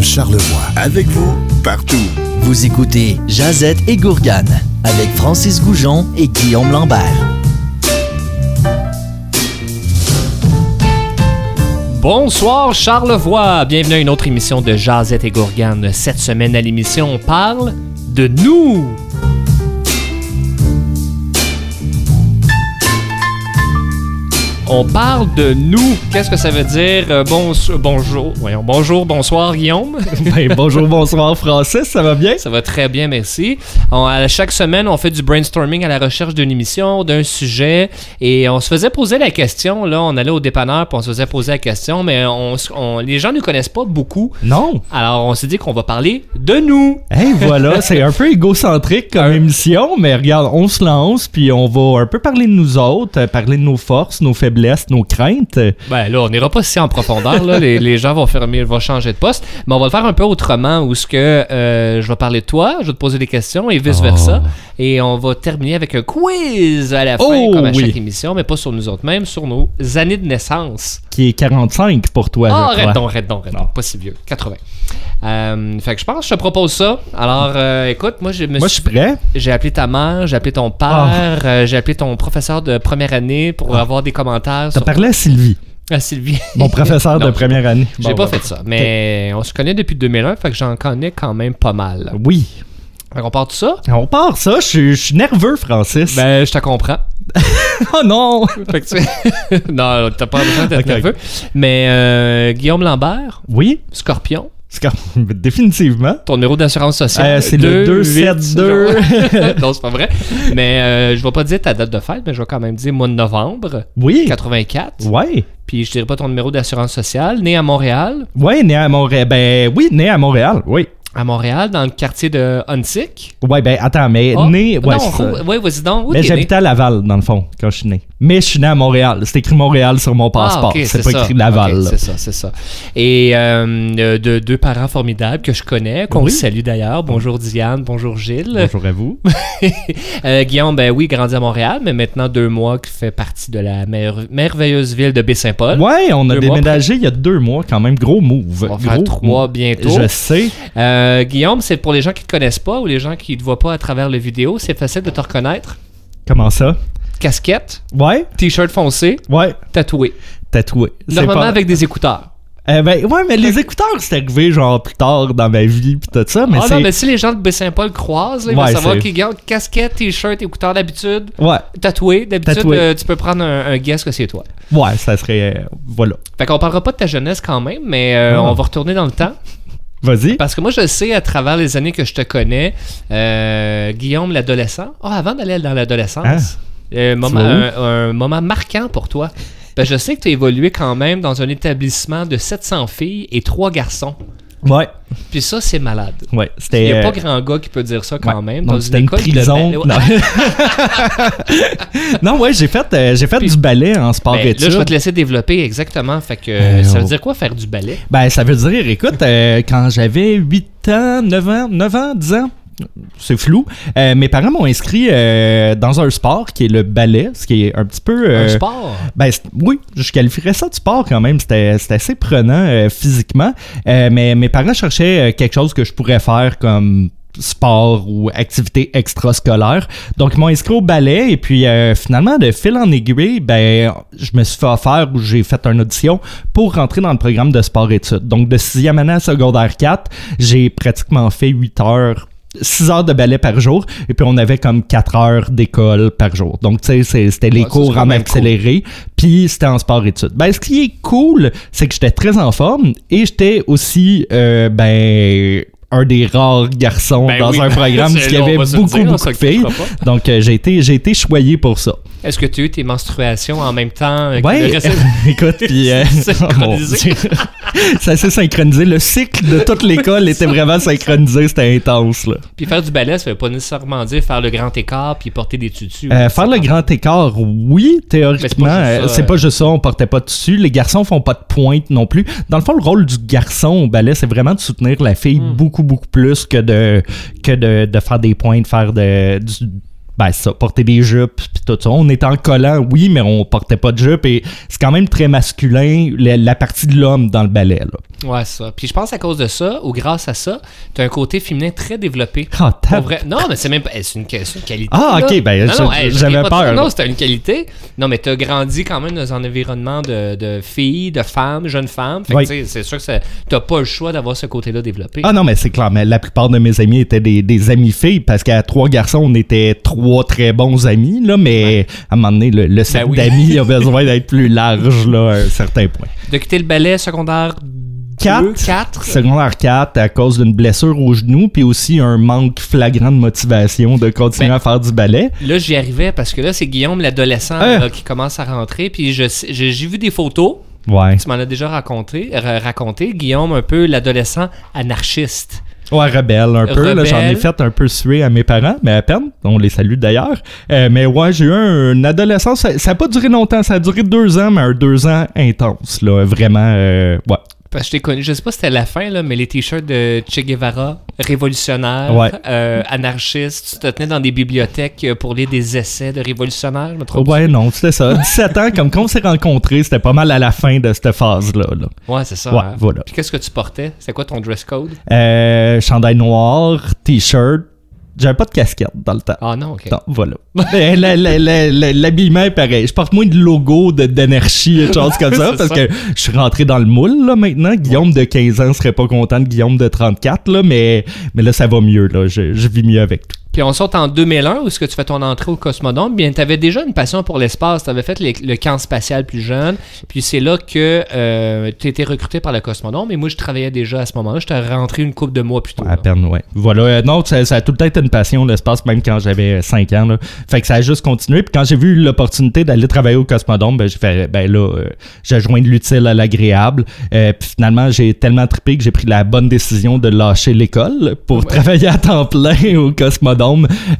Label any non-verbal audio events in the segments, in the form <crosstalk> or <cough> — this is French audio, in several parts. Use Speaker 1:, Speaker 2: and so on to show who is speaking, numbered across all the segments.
Speaker 1: Charlevoix. Avec vous, partout.
Speaker 2: Vous écoutez Jazette et Gourgane avec Francis Goujon et Guillaume Lambert.
Speaker 3: Bonsoir Charlevoix, bienvenue à une autre émission de Jazette et Gourgane. Cette semaine à l'émission, on parle de nous. On parle de nous. Qu'est-ce que ça veut dire? Euh, bon- bonjour. Voyons, bonjour, bonsoir, Guillaume. <laughs>
Speaker 4: <laughs> Ben, bonjour, bonsoir, Francis, ça va bien?
Speaker 3: Ça va très bien, merci. On- à chaque semaine, on fait du brainstorming à la recherche d'une émission, d'un sujet, et on se faisait poser la question. Là, on allait au dépanneur, puis on se faisait poser la question, mais on, s- on- les gens ne connaissent pas beaucoup.
Speaker 4: Non!
Speaker 3: Alors, on s'est dit qu'on va parler de nous.
Speaker 4: Hey,
Speaker 3: <laughs>
Speaker 4: voilà, c'est un peu égocentrique comme émission, mais regarde, on se lance, puis on va un peu parler de nous autres, euh, parler de nos forces, nos faiblesses, nos craintes. Euh,
Speaker 3: Ben là, on n'ira pas si en profondeur. Là. Les, les gens vont fermer, vont changer de poste. Mais on va le faire un peu autrement, où ce que euh, je vais parler de toi, je vais te poser des questions et vice versa. Et on va terminer avec un quiz à la fin,
Speaker 4: Oh,
Speaker 3: comme à chaque
Speaker 4: oui.
Speaker 3: émission, mais pas sur nous autres mêmes, sur nos années de naissance.
Speaker 4: Qui est 45 pour toi,
Speaker 3: Ah,
Speaker 4: je crois.
Speaker 3: arrête donc, arrête donc, arrête donc. Pas si vieux. 80. Euh, fait que je pense que je te propose ça. Alors, euh, écoute, moi, je me
Speaker 4: Moi, je suis prêt. Ah.
Speaker 3: j'ai appelé ta mère, j'ai appelé ton père, euh, j'ai appelé ton professeur de première année pour avoir des commentaires
Speaker 4: T'as
Speaker 3: sur
Speaker 4: parlé à Sylvie,
Speaker 3: à Sylvie.
Speaker 4: mon professeur de
Speaker 3: <laughs> Non,
Speaker 4: première année.
Speaker 3: J'ai
Speaker 4: Bon,
Speaker 3: pas
Speaker 4: ben,
Speaker 3: fait ça, mais on se connaît depuis 2001, fait que j'en connais quand même pas mal.
Speaker 4: Oui.
Speaker 3: Fait qu'on part de ça?
Speaker 4: On part ça, je suis- je suis nerveux, Francis.
Speaker 3: Ben, je te comprends.
Speaker 4: <laughs> oh non!
Speaker 3: Fait <laughs> que tu- non, t'as pas besoin d'être
Speaker 4: Ok.
Speaker 3: nerveux. Mais euh, Guillaume Lambert,
Speaker 4: Oui,
Speaker 3: Scorpion,
Speaker 4: c'est comme- définitivement.
Speaker 3: ton numéro d'assurance sociale.
Speaker 4: Euh, c'est le 272.
Speaker 3: 272. non, <laughs> c'est pas vrai. Mais euh, je vais pas dire ta date de fête, mais je vais quand même dire mois de novembre
Speaker 4: Oui.
Speaker 3: 84.
Speaker 4: Ouais.
Speaker 3: Puis je dirai pas ton numéro d'assurance sociale. Né à Montréal.
Speaker 4: Ouais, né à Montréal. Ben oui, né à Montréal, oui.
Speaker 3: À Montréal, dans le quartier de Huntsic.
Speaker 4: Ouais, ben attends, mais
Speaker 3: Ah,
Speaker 4: né. Ouais,
Speaker 3: non,
Speaker 4: c'est ça.
Speaker 3: Rou- ouais, vas-y donc. Où
Speaker 4: Mais
Speaker 3: t'es né?
Speaker 4: j'habitais à Laval, dans le fond, quand je suis né. Mais je suis né à Montréal. C'est écrit Montréal sur mon passeport.
Speaker 3: Ah, ok,
Speaker 4: c'est pas
Speaker 3: ça.
Speaker 4: écrit Laval.
Speaker 3: Ok,
Speaker 4: là.
Speaker 3: c'est ça, c'est ça. Et euh, euh, de deux parents formidables que je connais, qu'on
Speaker 4: Oui.
Speaker 3: salue d'ailleurs. Bonjour Diane, bonjour Gilles. <laughs>
Speaker 4: Bonjour à vous.
Speaker 3: Euh, Guillaume, ben oui, grandi à Montréal, mais maintenant deux mois qui fait partie de la mer- merveilleuse ville de Baie-Saint-Paul.
Speaker 4: Ouais, on a
Speaker 3: Deux mois
Speaker 4: déménagé il y a deux mois quand même. Gros move.
Speaker 3: On va faire
Speaker 4: Gros
Speaker 3: trois bientôt.
Speaker 4: Je sais.
Speaker 3: Euh, Guillaume, c'est pour les gens qui ne te connaissent pas ou les gens qui ne te voient pas à travers les vidéos, c'est facile de te reconnaître.
Speaker 4: Comment ça?
Speaker 3: Casquette,
Speaker 4: Ouais,
Speaker 3: t-shirt foncé,
Speaker 4: ouais.
Speaker 3: tatoué.
Speaker 4: Tatoué. C'est
Speaker 3: Normalement
Speaker 4: pas-
Speaker 3: avec des écouteurs.
Speaker 4: Eh ben, ouais, mais les écouteurs, c'est arrivé genre plus tard dans ma vie pis tout ça, mais
Speaker 3: ah
Speaker 4: c'est.
Speaker 3: non, mais si les gens de Baie-Saint-Paul croisent, là, ils
Speaker 4: Ouais,
Speaker 3: vont savoir
Speaker 4: c'est-
Speaker 3: qu'ils gardent casquette, t-shirt, écouteurs d'habitude.
Speaker 4: Ouais,
Speaker 3: Tatoué, d'habitude,
Speaker 4: Tatoué.
Speaker 3: euh, tu peux prendre un, un guess que c'est toi.
Speaker 4: ouais, ça serait. euh, Voilà.
Speaker 3: Fait qu'on parlera pas de ta jeunesse quand même, mais euh,
Speaker 4: Non.
Speaker 3: on va retourner dans le temps.
Speaker 4: Vas-y.
Speaker 3: Parce que moi, je sais à travers les années que je te connais, euh, Guillaume, l'adolescent. Oh, avant d'aller dans l'adolescence, euh, moment-
Speaker 4: Ah. vas où?
Speaker 3: un, un moment marquant pour toi. Ben, je sais que tu as évolué quand même dans un établissement de 700 filles et 3 garçons.
Speaker 4: Ouais,
Speaker 3: Puis ça, c'est malade.
Speaker 4: ouais. C'était.
Speaker 3: Il n'y a pas
Speaker 4: euh,
Speaker 3: grand gars qui peut dire ça quand
Speaker 4: Ouais.
Speaker 3: même.
Speaker 4: Donc,
Speaker 3: dans
Speaker 4: c'était une
Speaker 3: école de
Speaker 4: prison.
Speaker 3: ballet.
Speaker 4: Non. <laughs> non, ouais, j'ai fait, euh, j'ai fait
Speaker 3: Puis-
Speaker 4: du ballet <laughs> en sport
Speaker 3: Ben, là,
Speaker 4: études.
Speaker 3: je vais te laisser développer exactement. Fait que
Speaker 4: Ben,
Speaker 3: ça veut
Speaker 4: on-
Speaker 3: dire quoi faire du ballet?
Speaker 4: Ben, ça veut dire, écoute, euh, quand j'avais 8 ans, 9 ans, 9 ans, 10 ans, c'est flou, euh, mes parents m'ont inscrit euh, dans un sport qui est le ballet, ce qui est un petit peu...
Speaker 3: Un
Speaker 4: euh,
Speaker 3: sport.
Speaker 4: Ben, c'est- oui, je qualifierais ça de sport quand même. C'était c'était assez prenant euh, physiquement. Euh, mais mes parents cherchaient euh, quelque chose que je pourrais faire comme sport ou activité extrascolaire. Donc, ils m'ont inscrit au ballet. Et puis, euh, finalement, de fil en aiguille, ben, je me suis fait offert ou j'ai fait une audition pour rentrer dans le programme de sport-études. Donc, de sixième année à secondaire 4, j'ai pratiquement fait 8 heures 6 heures de ballet par jour et puis on avait comme 4 heures d'école par jour. Donc tu sais c'est- c'était les
Speaker 3: Ouais, ça, c'est
Speaker 4: cours
Speaker 3: quand
Speaker 4: en
Speaker 3: même
Speaker 4: accéléré puis c'était en sport études. Ben ce qui est cool, c'est que j'étais très en forme et j'étais aussi euh, ben un des rares garçons
Speaker 3: Ben
Speaker 4: dans
Speaker 3: oui.
Speaker 4: un programme
Speaker 3: <laughs> C'est-
Speaker 4: parce qu'il y
Speaker 3: on
Speaker 4: avait
Speaker 3: va se
Speaker 4: beaucoup
Speaker 3: le dire, on
Speaker 4: beaucoup
Speaker 3: s'en
Speaker 4: de filles.
Speaker 3: cachera
Speaker 4: Donc euh, j'ai été j'ai été choyé pour ça.
Speaker 3: Est-ce que tu as eu tes menstruations en même temps? euh, que
Speaker 4: Ouais,
Speaker 3: le reste-
Speaker 4: <laughs>
Speaker 3: <laughs>
Speaker 4: écoute, puis euh,
Speaker 3: C'est synchronisé.
Speaker 4: oh mon Dieu. <laughs> ça s'est synchronisé. Le cycle de toute l'école était vraiment synchronisé, c'était intense là.
Speaker 3: Puis faire du ballet, ça veut pas nécessairement dire faire le grand écart puis porter des tutus.
Speaker 4: Euh, faire le grand écart, oui, théoriquement.
Speaker 3: Mais
Speaker 4: euh,
Speaker 3: c'est pas juste ça,
Speaker 4: C'est
Speaker 3: euh.
Speaker 4: pas juste ça, on portait pas de dessus. Les garçons font pas de pointe non plus. Dans le fond, le rôle du garçon au ballet, c'est vraiment de soutenir
Speaker 3: Hmm.
Speaker 4: la fille beaucoup, beaucoup plus que de, que de, de faire des pointes, faire de, du ben, c'est ça, porter des jupes, puis tout ça. On était en collant, oui, mais on portait pas de jupe. Et c'est quand même très masculin, la, la partie de l'homme dans le ballet, là.
Speaker 3: Ouais, c'est ça. Puis je pense à cause de ça, ou grâce à ça, t'as un côté féminin très développé.
Speaker 4: Ah,
Speaker 3: Pour
Speaker 4: t'as- <laughs>
Speaker 3: vrai. Non, mais c'est même pas. eh, C'est une, c'est une qualité.
Speaker 4: Ah,
Speaker 3: là.
Speaker 4: ok, ben,
Speaker 3: Non,
Speaker 4: je-
Speaker 3: non, eh, je
Speaker 4: j'avais
Speaker 3: ris pas de ça.
Speaker 4: peur,
Speaker 3: Non,
Speaker 4: là.
Speaker 3: c'était une qualité. Non, mais t'as grandi quand même dans un environnement de, de filles, de femmes, jeunes femmes. Fait que,
Speaker 4: Oui.
Speaker 3: tu sais, c'est sûr que ça- t'as pas le choix d'avoir ce côté-là développé.
Speaker 4: Ah non, mais c'est clair. Mais la plupart de mes amis étaient des, des amis filles parce qu'à trois garçons, on était trois très bons amis. Là, mais à un moment donné, le, le cercle
Speaker 3: Ben oui.
Speaker 4: d'amis a besoin d'être plus large là, à un certain point.
Speaker 3: De quitter le ballet secondaire 4.
Speaker 4: 4,
Speaker 3: 4.
Speaker 4: secondaire 4 à cause d'une blessure au genou, puis aussi un manque flagrant de motivation de continuer
Speaker 3: Ben,
Speaker 4: à faire du ballet.
Speaker 3: Là, j'y arrivais parce que là, c'est Guillaume, l'adolescent,
Speaker 4: Ah.
Speaker 3: là, qui commence à rentrer. Puis je sais- j'ai j'ai vu des photos.
Speaker 4: Ouais.
Speaker 3: Tu m'en as déjà raconté, ra- raconté, Guillaume, un peu l'adolescent anarchiste.
Speaker 4: Ouais, rebelle un peu. là. J'en ai
Speaker 3: Rebelle.
Speaker 4: fait un peu suer à mes parents, mais à peine. On les salue d'ailleurs. Euh, mais ouais, j'ai eu un- une adolescence. Ça n'a pas duré longtemps. Ça a duré deux ans, mais un deux ans intense. Là, vraiment, euh, ouais.
Speaker 3: Parce que je t'ai connu, je sais pas si c'était la fin, là, mais les t-shirts de Che Guevara, révolutionnaire,
Speaker 4: Ouais.
Speaker 3: euh, anarchiste, tu te tenais dans des bibliothèques euh, pour lire des essais de révolutionnaires, je me trompe.
Speaker 4: Ouais, non, c'était ça. 17 ans, comme quand on s'est rencontrés, c'était pas mal à la fin de cette phase-là. là.
Speaker 3: Ouais, c'est ça.
Speaker 4: Ouais,
Speaker 3: hein.
Speaker 4: voilà.
Speaker 3: Puis qu'est-ce que tu portais? C'est quoi ton dress code?
Speaker 4: Euh, chandail noir, t-shirt. J'avais pas de casquette dans le temps.
Speaker 3: Ah non, ok.
Speaker 4: Non, voilà. Mais la- la- la- la- L'habillement est pareil. Je porte moins de logo de- d'anarchie et de choses
Speaker 3: <laughs>
Speaker 4: comme ça
Speaker 3: C'est
Speaker 4: parce
Speaker 3: ça.
Speaker 4: que je suis rentré dans le moule là maintenant. Guillaume de 15 ans serait pas content de Guillaume de 34 là, mais, mais là ça va mieux là. Je, je vis mieux avec tout.
Speaker 3: Puis on sort en 2001 où est-ce que tu fais ton entrée au Cosmodome. Bien, tu avais déjà une passion pour l'espace. Tu avais fait les- le camp spatial plus jeune. Puis c'est là que tu étais recruté par le Cosmodome. Et moi, je travaillais déjà à ce moment-là. Je t'ai rentré une couple de mois plus tôt.
Speaker 4: À
Speaker 3: là.
Speaker 4: peine, ouais. Voilà. Euh, non, ça, ça a tout le temps été une passion l'espace même quand j'avais 5 ans là. Fait que ça a juste continué. Puis quand j'ai vu l'opportunité d'aller travailler au Cosmodome, ben j'ai fait ben là euh, j'ai joint de l'utile à l'agréable. Euh, puis finalement j'ai tellement trippé que j'ai pris la bonne décision de lâcher l'école pour travailler à temps plein <laughs> au Cosmodome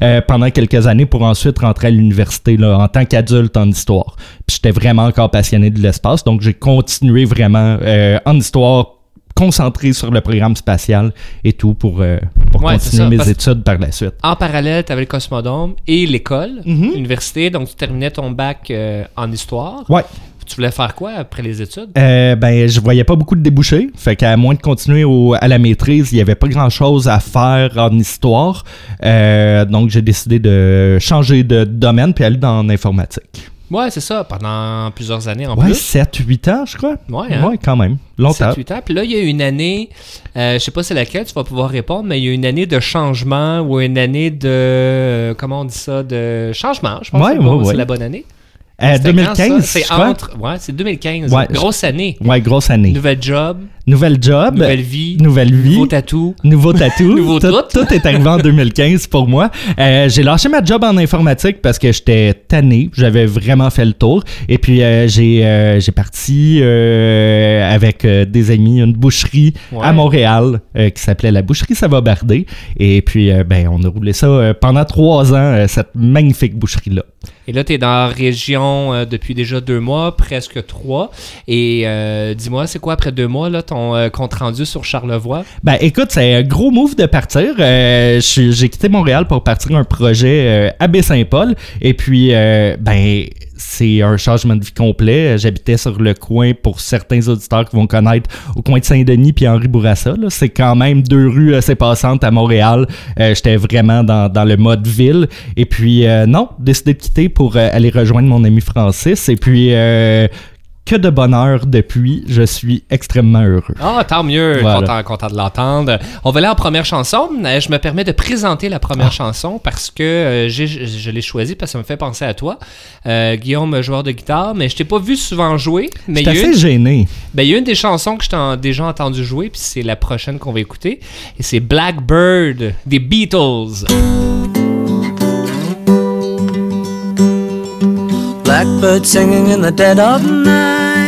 Speaker 4: euh, pendant quelques années pour ensuite rentrer à l'université là, en tant qu'adulte en histoire. Puis j'étais vraiment encore passionné de l'espace, donc j'ai continué vraiment euh, en histoire concentré sur le programme spatial et tout pour, euh, pour
Speaker 3: Ouais, c'est
Speaker 4: continuer
Speaker 3: ça,
Speaker 4: mes
Speaker 3: parce-
Speaker 4: études par la suite.
Speaker 3: En parallèle, tu avais le Cosmodome et l'école,
Speaker 4: Mm-hmm.
Speaker 3: l'université. Donc, tu terminais ton bac euh, en histoire.
Speaker 4: Ouais.
Speaker 3: Tu voulais faire quoi après les études?
Speaker 4: Euh, ben, je voyais pas beaucoup de débouchés. Fait qu'à moins de continuer au- à la maîtrise, il y avait pas grand chose à faire en histoire. Euh, donc, j'ai décidé de changer de domaine puis aller dans l'informatique.
Speaker 3: Ouais, c'est ça. Pendant plusieurs années en
Speaker 4: Ouais,
Speaker 3: plus.
Speaker 4: 7-8 ans, je crois.
Speaker 3: Ouais, hein?
Speaker 4: quand même. Longtemps.
Speaker 3: 7-8 ans. Puis là, il y a une année, euh, je sais pas c'est laquelle, tu vas pouvoir répondre, mais il y a une année de changement ou une année de. euh, comment on dit ça De changement, je pense
Speaker 4: Ouais,
Speaker 3: que c'est bon,
Speaker 4: ouais,
Speaker 3: c'est
Speaker 4: ouais.
Speaker 3: la bonne année.
Speaker 4: Euh,
Speaker 3: C'était quand,
Speaker 4: 2015,
Speaker 3: ça?
Speaker 4: je
Speaker 3: C'est
Speaker 4: crois.
Speaker 3: entre. Ouais, c'est 2015.
Speaker 4: Ouais,
Speaker 3: Grosse année.
Speaker 4: Ouais, grosse année.
Speaker 3: Nouvelle job,
Speaker 4: Nouvelle job.
Speaker 3: nouvelle vie,
Speaker 4: Ah, ben, nouvelle vie.
Speaker 3: nouveau tatou.
Speaker 4: Nouveau tatou.
Speaker 3: <laughs> Nouveau
Speaker 4: tout,
Speaker 3: tout.
Speaker 4: tout est arrivé
Speaker 3: <laughs>
Speaker 4: en 2015 pour moi. Euh, j'ai lâché ma job en informatique parce que j'étais tanné. J'avais vraiment fait le tour. Et puis, euh, j'ai, euh, j'ai parti euh, avec euh, des amis une boucherie
Speaker 3: Ouais.
Speaker 4: à Montréal euh, qui s'appelait La Boucherie Ça va barder. Et puis, euh, ben, on a roulé ça euh, pendant trois ans, euh, cette magnifique boucherie-là.
Speaker 3: Et là, tu es dans la région euh, depuis déjà deux mois, presque trois. Et euh, dis-moi, c'est quoi après deux mois, là, ton euh, compte rendu sur Charlevoix?
Speaker 4: Ben écoute, c'est un gros move de partir. Euh, je suis- J'ai quitté Montréal pour partir un projet euh, à Baie-Saint-Paul. Et puis, euh, ben, c'est un changement de vie complet. J'habitais sur le coin, pour certains auditeurs qui vont connaître, au coin de Saint-Denis puis Henri Bourassa. là. C'est quand même deux rues assez passantes à Montréal. Euh, J'étais vraiment dans, dans le mode ville. Et puis, euh, non, décidé de quitter pour euh, aller rejoindre mon ami Francis. Et puis, euh, que de bonheur depuis. Je suis extrêmement heureux.
Speaker 3: Ah, tant mieux,
Speaker 4: Voilà.
Speaker 3: content, content de l'entendre. On va aller en première chanson. Euh, Je me permets de présenter la première
Speaker 4: Ah.
Speaker 3: chanson parce que euh, j'ai- je, je l'ai choisie parce que ça me fait penser à toi. Euh, Guillaume, joueur de guitare, mais je t'ai pas vu souvent jouer. Mais il
Speaker 4: J'étais
Speaker 3: y a
Speaker 4: assez
Speaker 3: une-
Speaker 4: gêné.
Speaker 3: ben, il y a une des chansons que je t'ai déjà entendu jouer, puis c'est la prochaine qu'on va écouter. Et c'est Blackbird des Beatles.
Speaker 5: Blackbird singing in the dead of night.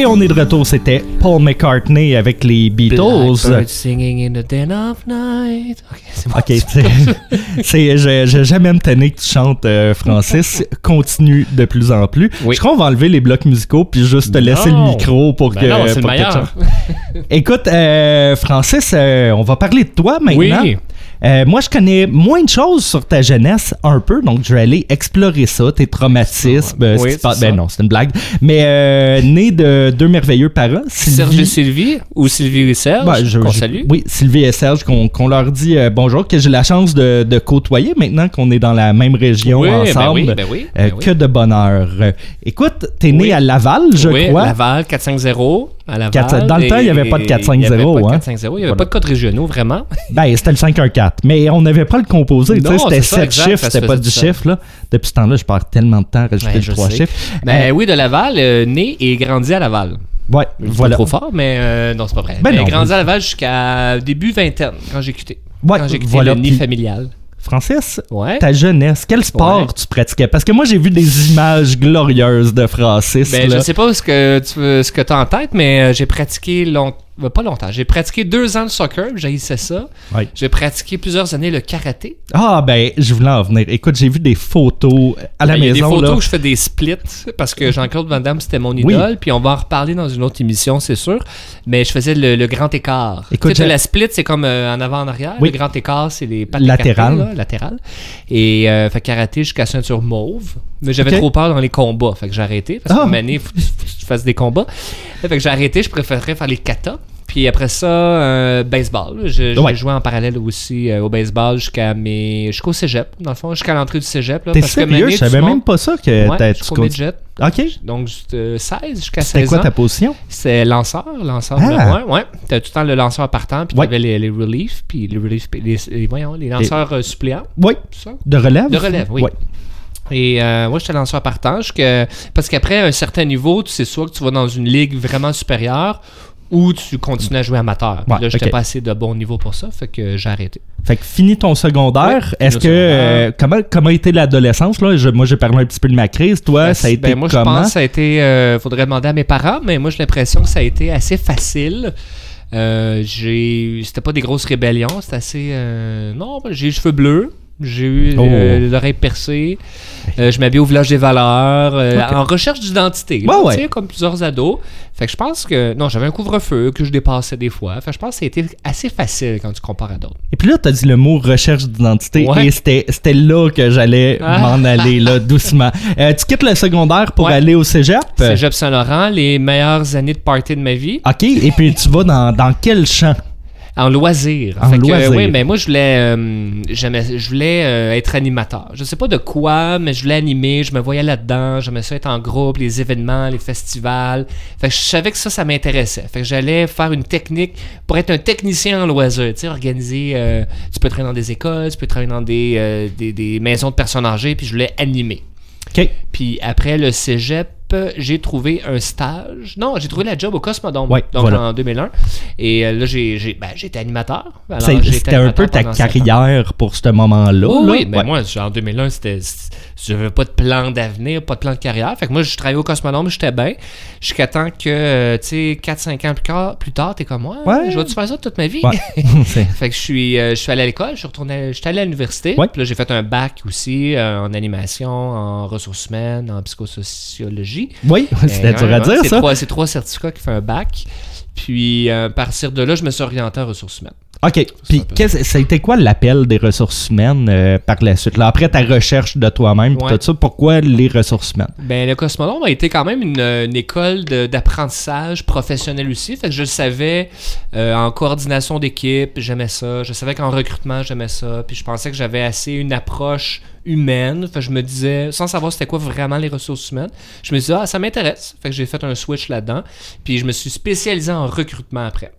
Speaker 4: Et on est de retour, c'était Paul McCartney avec les Beatles.
Speaker 3: Blackbird singing in the dead of night. Ok, c'est bon.
Speaker 4: Ok, c'est- <laughs> c'est- je- je- j'aime me tanner que tu chantes, euh, Francis. Continue de plus en plus.
Speaker 3: Oui.
Speaker 4: Je crois qu'on va enlever les blocs musicaux puis juste te laisser
Speaker 3: Non.
Speaker 4: le micro pour
Speaker 3: Ben
Speaker 4: que.
Speaker 3: non, c'est le
Speaker 4: pour que tu
Speaker 3: meilleur.
Speaker 4: chantes. Écoute, euh, Francis, euh, on va parler de toi maintenant.
Speaker 3: Oui.
Speaker 4: Euh, moi, je connais moins de choses sur ta jeunesse, un peu, donc je vais aller explorer ça, tes traumatismes. euh, ce
Speaker 3: Oui,
Speaker 4: qui se passe-
Speaker 3: c'est ça.
Speaker 4: Ben non, c'est une blague. Mais euh, né de deux merveilleux parents,
Speaker 3: Serge et
Speaker 4: Sylvie.
Speaker 3: Sylvie ou Sylvie et Serge.
Speaker 4: Ben, je-
Speaker 3: qu'on
Speaker 4: je-
Speaker 3: salue.
Speaker 4: Oui, Sylvie et Serge, qu'on qu'on leur dit euh, bonjour, que j'ai la chance de, de côtoyer maintenant qu'on est dans la même région
Speaker 3: Oui, ben
Speaker 4: ensemble.
Speaker 3: oui, ben oui,
Speaker 4: Euh,
Speaker 3: ben oui.
Speaker 4: Que de bonheur. Euh, Écoute, t'es né
Speaker 3: Oui.
Speaker 4: à Laval, je
Speaker 3: oui,
Speaker 4: crois.
Speaker 3: Laval, 450 à Laval.
Speaker 4: Quatre- dans le temps, il y
Speaker 3: n'y
Speaker 4: avait pas de
Speaker 3: Il n'y avait
Speaker 4: 450,
Speaker 3: pas de
Speaker 4: hein.
Speaker 3: 450, il y avait
Speaker 4: Voilà.
Speaker 3: pas de codes
Speaker 4: <laughs>
Speaker 3: régionaux, vraiment.
Speaker 4: Ben, c'était le 5-1-4. Mais on n'avait pas le composé. tu sais,
Speaker 3: Non,
Speaker 4: C'était
Speaker 3: c'est ça,
Speaker 4: 7
Speaker 3: exact,
Speaker 4: chiffres,
Speaker 3: ça se
Speaker 4: c'était pas
Speaker 3: faisait
Speaker 4: 10
Speaker 3: tout seul.
Speaker 4: chiffres. Là. Depuis ce temps-là, je perds tellement de temps à rajouter
Speaker 3: Ouais,
Speaker 4: le
Speaker 3: je
Speaker 4: 3
Speaker 3: sais.
Speaker 4: chiffres.
Speaker 3: Ben oui, de Laval, euh, né et grandi à Laval.
Speaker 4: Ouais,
Speaker 3: Je dis
Speaker 4: voilà.
Speaker 3: pas trop fort, mais euh, non, c'est pas vrai.
Speaker 4: Ben
Speaker 3: mais
Speaker 4: non,
Speaker 3: grandi
Speaker 4: oui.
Speaker 3: à Laval jusqu'à début vingtaine, quand j'ai quitté.
Speaker 4: Ouais,
Speaker 3: quand j'ai quitté
Speaker 4: voilà,
Speaker 3: le nid
Speaker 4: puis-
Speaker 3: familial.
Speaker 4: Francis,
Speaker 3: Ouais.
Speaker 4: ta jeunesse, quel sport
Speaker 3: Ouais.
Speaker 4: tu pratiquais? Parce que moi, j'ai vu des images glorieuses de Francis.
Speaker 3: Ben,
Speaker 4: là.
Speaker 3: je sais pas ce que tu veux- ce que t'as en tête, mais euh, j'ai pratiqué long... ben, pas longtemps. J'ai pratiqué deux ans de soccer, j'haïssais ça.
Speaker 4: Ouais.
Speaker 3: J'ai pratiqué plusieurs années le karaté.
Speaker 4: Ah, ben, je voulais en venir. Écoute, j'ai vu des photos à la
Speaker 3: Ben, Il y a des
Speaker 4: maison.
Speaker 3: photos
Speaker 4: là.
Speaker 3: où je fais des splits parce que Jean-Claude Van Damme, c'était mon
Speaker 4: Oui.
Speaker 3: idole. Puis on va en reparler dans une autre émission, c'est sûr. Mais je faisais le, le grand écart.
Speaker 4: Écoute,
Speaker 3: Tu sais,
Speaker 4: j'ai-
Speaker 3: la split, c'est comme euh, en avant, en arrière.
Speaker 4: Oui.
Speaker 3: Le grand écart, c'est les pattes
Speaker 4: Latéral.
Speaker 3: écartées, là, latéral. Et euh, fait karaté jusqu'à ceinture mauve. Mais j'avais
Speaker 4: Ok.
Speaker 3: trop peur dans les combats. Fait que j'ai arrêté. Parce
Speaker 4: Ah.
Speaker 3: que mané, faut, faut que je fasse des combats. Fait que j'ai arrêté. Je préférais faire les katas. Puis après ça, euh, baseball. Je, je
Speaker 4: Ouais.
Speaker 3: jouais en parallèle aussi euh, au baseball jusqu'à mes jusqu'au cégep, dans le fond, jusqu'à l'entrée du cégep. là,
Speaker 4: T'es
Speaker 3: parce que
Speaker 4: sérieux?
Speaker 3: Mané,
Speaker 4: Je
Speaker 3: tout
Speaker 4: savais
Speaker 3: le monde-
Speaker 4: même pas ça que
Speaker 3: Ouais,
Speaker 4: t'as-
Speaker 3: je
Speaker 4: tu
Speaker 3: suis au
Speaker 4: con-
Speaker 3: midget.
Speaker 4: Ok.
Speaker 3: Donc, euh, 16 jusqu'à
Speaker 4: C'était
Speaker 3: 16
Speaker 4: quoi
Speaker 3: ans.
Speaker 4: ta position?
Speaker 3: C'est lanceur, lanceur.
Speaker 4: Ah.
Speaker 3: numéro un, ouais. T'as tout le temps le lanceur partant, puis
Speaker 4: Ouais.
Speaker 3: t'avais les, les reliefs, puis les reliefs, les, les- voyons, les lanceurs euh, suppléants,
Speaker 4: Oui.
Speaker 3: tout ça.
Speaker 4: De relève?
Speaker 3: De relève, oui.
Speaker 4: Ouais.
Speaker 3: Et euh, moi, j'étais lanceur partant. jusqu'à- Parce qu'après un certain niveau, tu sais soit que tu vas dans une ligue vraiment supérieure ou tu continues à jouer amateur. Puis
Speaker 4: Ouais,
Speaker 3: là, j'étais
Speaker 4: ok.
Speaker 3: pas assez de bon niveau pour ça, fait que j'ai arrêté.
Speaker 4: Fait que fini ton secondaire.
Speaker 3: Ouais,
Speaker 4: Est-ce
Speaker 3: le
Speaker 4: que
Speaker 3: secondaire.
Speaker 4: euh, comment comment a été l'adolescence là Je- Moi j'ai parlé un petit peu de ma crise. Toi,
Speaker 3: Ben,
Speaker 4: ça a été
Speaker 3: ben, moi,
Speaker 4: comment
Speaker 3: je pense que ça a été. euh, faudrait demander à mes parents, mais moi, j'ai l'impression que ça a été assez facile. Euh, j'ai C'était pas des grosses rébellions, c'était assez. euh, non, ben, j'ai eu les cheveux bleus. J'ai eu
Speaker 4: Oh.
Speaker 3: euh, l'oreille percée. Euh, je m'habillais au village des valeurs. euh,
Speaker 4: Ok.
Speaker 3: En recherche d'identité. là,
Speaker 4: Ouais, ouais.
Speaker 3: tu sais, Comme plusieurs ados. Fait que je pense que. Non, j'avais un couvre-feu que je dépassais des fois. Fait que je pense que ça a été assez facile quand tu compares à d'autres.
Speaker 4: Et puis là, t'as dit le mot recherche d'identité
Speaker 3: Ouais.
Speaker 4: et c'était c'était là que j'allais
Speaker 3: Ah.
Speaker 4: m'en aller là
Speaker 3: <laughs>
Speaker 4: doucement. Euh, tu quittes le secondaire pour
Speaker 3: Ouais.
Speaker 4: aller au cégep.
Speaker 3: Cégep Saint-Laurent, les meilleures années de party de ma vie.
Speaker 4: Ok. Et puis tu vas dans, dans quel champ
Speaker 3: En loisir.
Speaker 4: En
Speaker 3: que,
Speaker 4: loisir.
Speaker 3: oui, mais moi, je voulais, euh, j'aimais- je voulais euh, être animateur. Je sais pas de quoi, mais je voulais animer. Je me voyais là-dedans. J'aimais ça être en groupe, les événements, les festivals. Fait que je savais que ça, ça m'intéressait. Fait que j'allais faire une technique pour être un technicien en loisir. Tu sais, organiser. euh, tu peux travailler dans des écoles, tu peux travailler dans des, euh, des, des maisons de personnes âgées, puis je voulais animer.
Speaker 4: OK.
Speaker 3: Puis après le cégep, euh, j'ai trouvé un stage. Non, j'ai trouvé la job au Cosmodome,
Speaker 4: Ouais,
Speaker 3: donc
Speaker 4: voilà.
Speaker 3: en 2001. Et euh, là, j'ai, j'ai- ben, j'étais animateur. Alors,
Speaker 4: C'est-
Speaker 3: j'ai été
Speaker 4: C'était un
Speaker 3: animateur
Speaker 4: peu ta
Speaker 3: pendant sept ans.
Speaker 4: carrière pour ce moment-là.
Speaker 3: Oh,
Speaker 4: là.
Speaker 3: oui, mais
Speaker 4: Ouais.
Speaker 3: moi, genre, en 2001, c'était, c- j'avais pas de plan d'avenir, pas de plan de carrière. Fait que moi, je travaillais au Cosmodome, j'étais bien. Jusqu'à temps que, euh, tu sais, 4-5 ans plus tard, plus tard, t'es comme moi.
Speaker 4: Ouais.
Speaker 3: Je vais-tu faire ça toute ma vie?
Speaker 4: Ouais. <laughs> C'est-
Speaker 3: Fait que je suis, euh, je suis allé à l'école, je suis retourné, j'étais allé à l'université.
Speaker 4: Ouais.
Speaker 3: Puis là, j'ai fait un bac aussi euh, en animation, en ressources humaines, en
Speaker 4: <laughs>
Speaker 3: psychosociologie. <laughs>
Speaker 4: oui, c'était
Speaker 3: Euh,
Speaker 4: dur
Speaker 3: ouais,
Speaker 4: à dire,
Speaker 3: c'est
Speaker 4: ça.
Speaker 3: trois- c'est trois certificats qui font un bac. Puis, euh, à partir de là, je me suis orienté en ressources humaines.
Speaker 4: OK. Puis, qu'est-ce- c'était quoi l'appel des ressources humaines euh, par la suite? Là, après ta recherche de toi-même, puis
Speaker 3: Ouais.
Speaker 4: tout ça, pourquoi les ressources humaines?
Speaker 3: Ben, le Cosmodome a été quand même une, une école de- d'apprentissage professionnel aussi. Fait que je le savais euh, en coordination d'équipe, j'aimais ça. Je savais qu'en recrutement, j'aimais ça. Puis je pensais que j'avais assez une approche humaine. Fait que je me disais, sans savoir c'était quoi vraiment les ressources humaines, je me disais, ah, ça m'intéresse. Fait que j'ai fait un switch là-dedans. Puis je me suis spécialisé en recrutement après.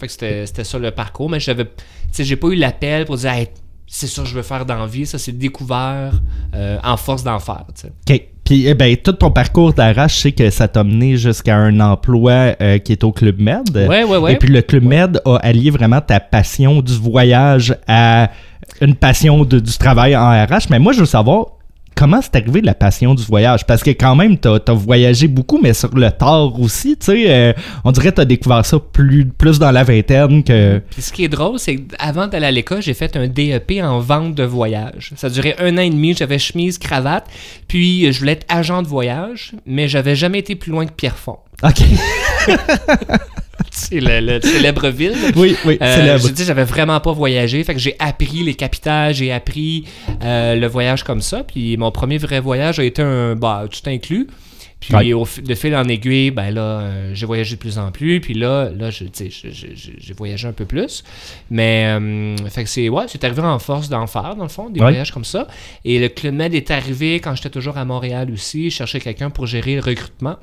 Speaker 3: Fait que c'était c'était ça le parcours. Mais j'avais, tu sais, j'ai pas eu l'appel pour dire, Hey, c'est ça que je veux faire dans la vie. Ça, c'est découvert euh, en force d'en faire, tu sais.
Speaker 4: OK. Puis, eh ben, tout ton parcours d'arrache, je sais que ça t'a mené jusqu'à un emploi euh, qui est au Club Med.
Speaker 3: Ouais, ouais, ouais.
Speaker 4: Et puis, le Club Med a allié vraiment ta passion du voyage à une passion de- du travail en RH. Mais moi, je veux savoir comment c'est arrivé la passion du voyage. Parce que, quand même, t'as as voyagé beaucoup, mais sur le tard aussi. Tu sais, euh, on dirait que t'as découvert ça plus, plus dans la vingtaine
Speaker 3: <laughs>
Speaker 4: que.
Speaker 3: Puis ce qui est drôle, c'est qu'avant d'aller à l'école, j'ai fait un DEP en vente de voyage. Ça durait un an et demi, j'avais chemise, cravate, puis euh, je voulais être agent de voyage, mais j'avais jamais été plus loin que Pierrefonds.
Speaker 4: OK.
Speaker 3: <laughs> C'est le, le célèbre ville.
Speaker 4: oui, oui,
Speaker 3: Euh,
Speaker 4: célèbre.
Speaker 3: je dis, j'avais vraiment pas voyagé, fait que j'ai appris les capitales, j'ai appris euh, le voyage comme ça. Puis mon premier vrai voyage a été un, bah, tout inclus. Puis
Speaker 4: Ouais.
Speaker 3: au fi- de fil en aiguille, ben là, euh, j'ai voyagé de plus en plus. Puis là, là, je- tu sais, je- je- je- j'ai voyagé un peu plus. Mais euh, fait que c'est ouais, c'est arrivé en force d'en faire dans le fond des
Speaker 4: Ouais.
Speaker 3: voyages comme ça. Et le Club Med est arrivé quand j'étais toujours à Montréal aussi. Je cherchais quelqu'un pour gérer le recrutement.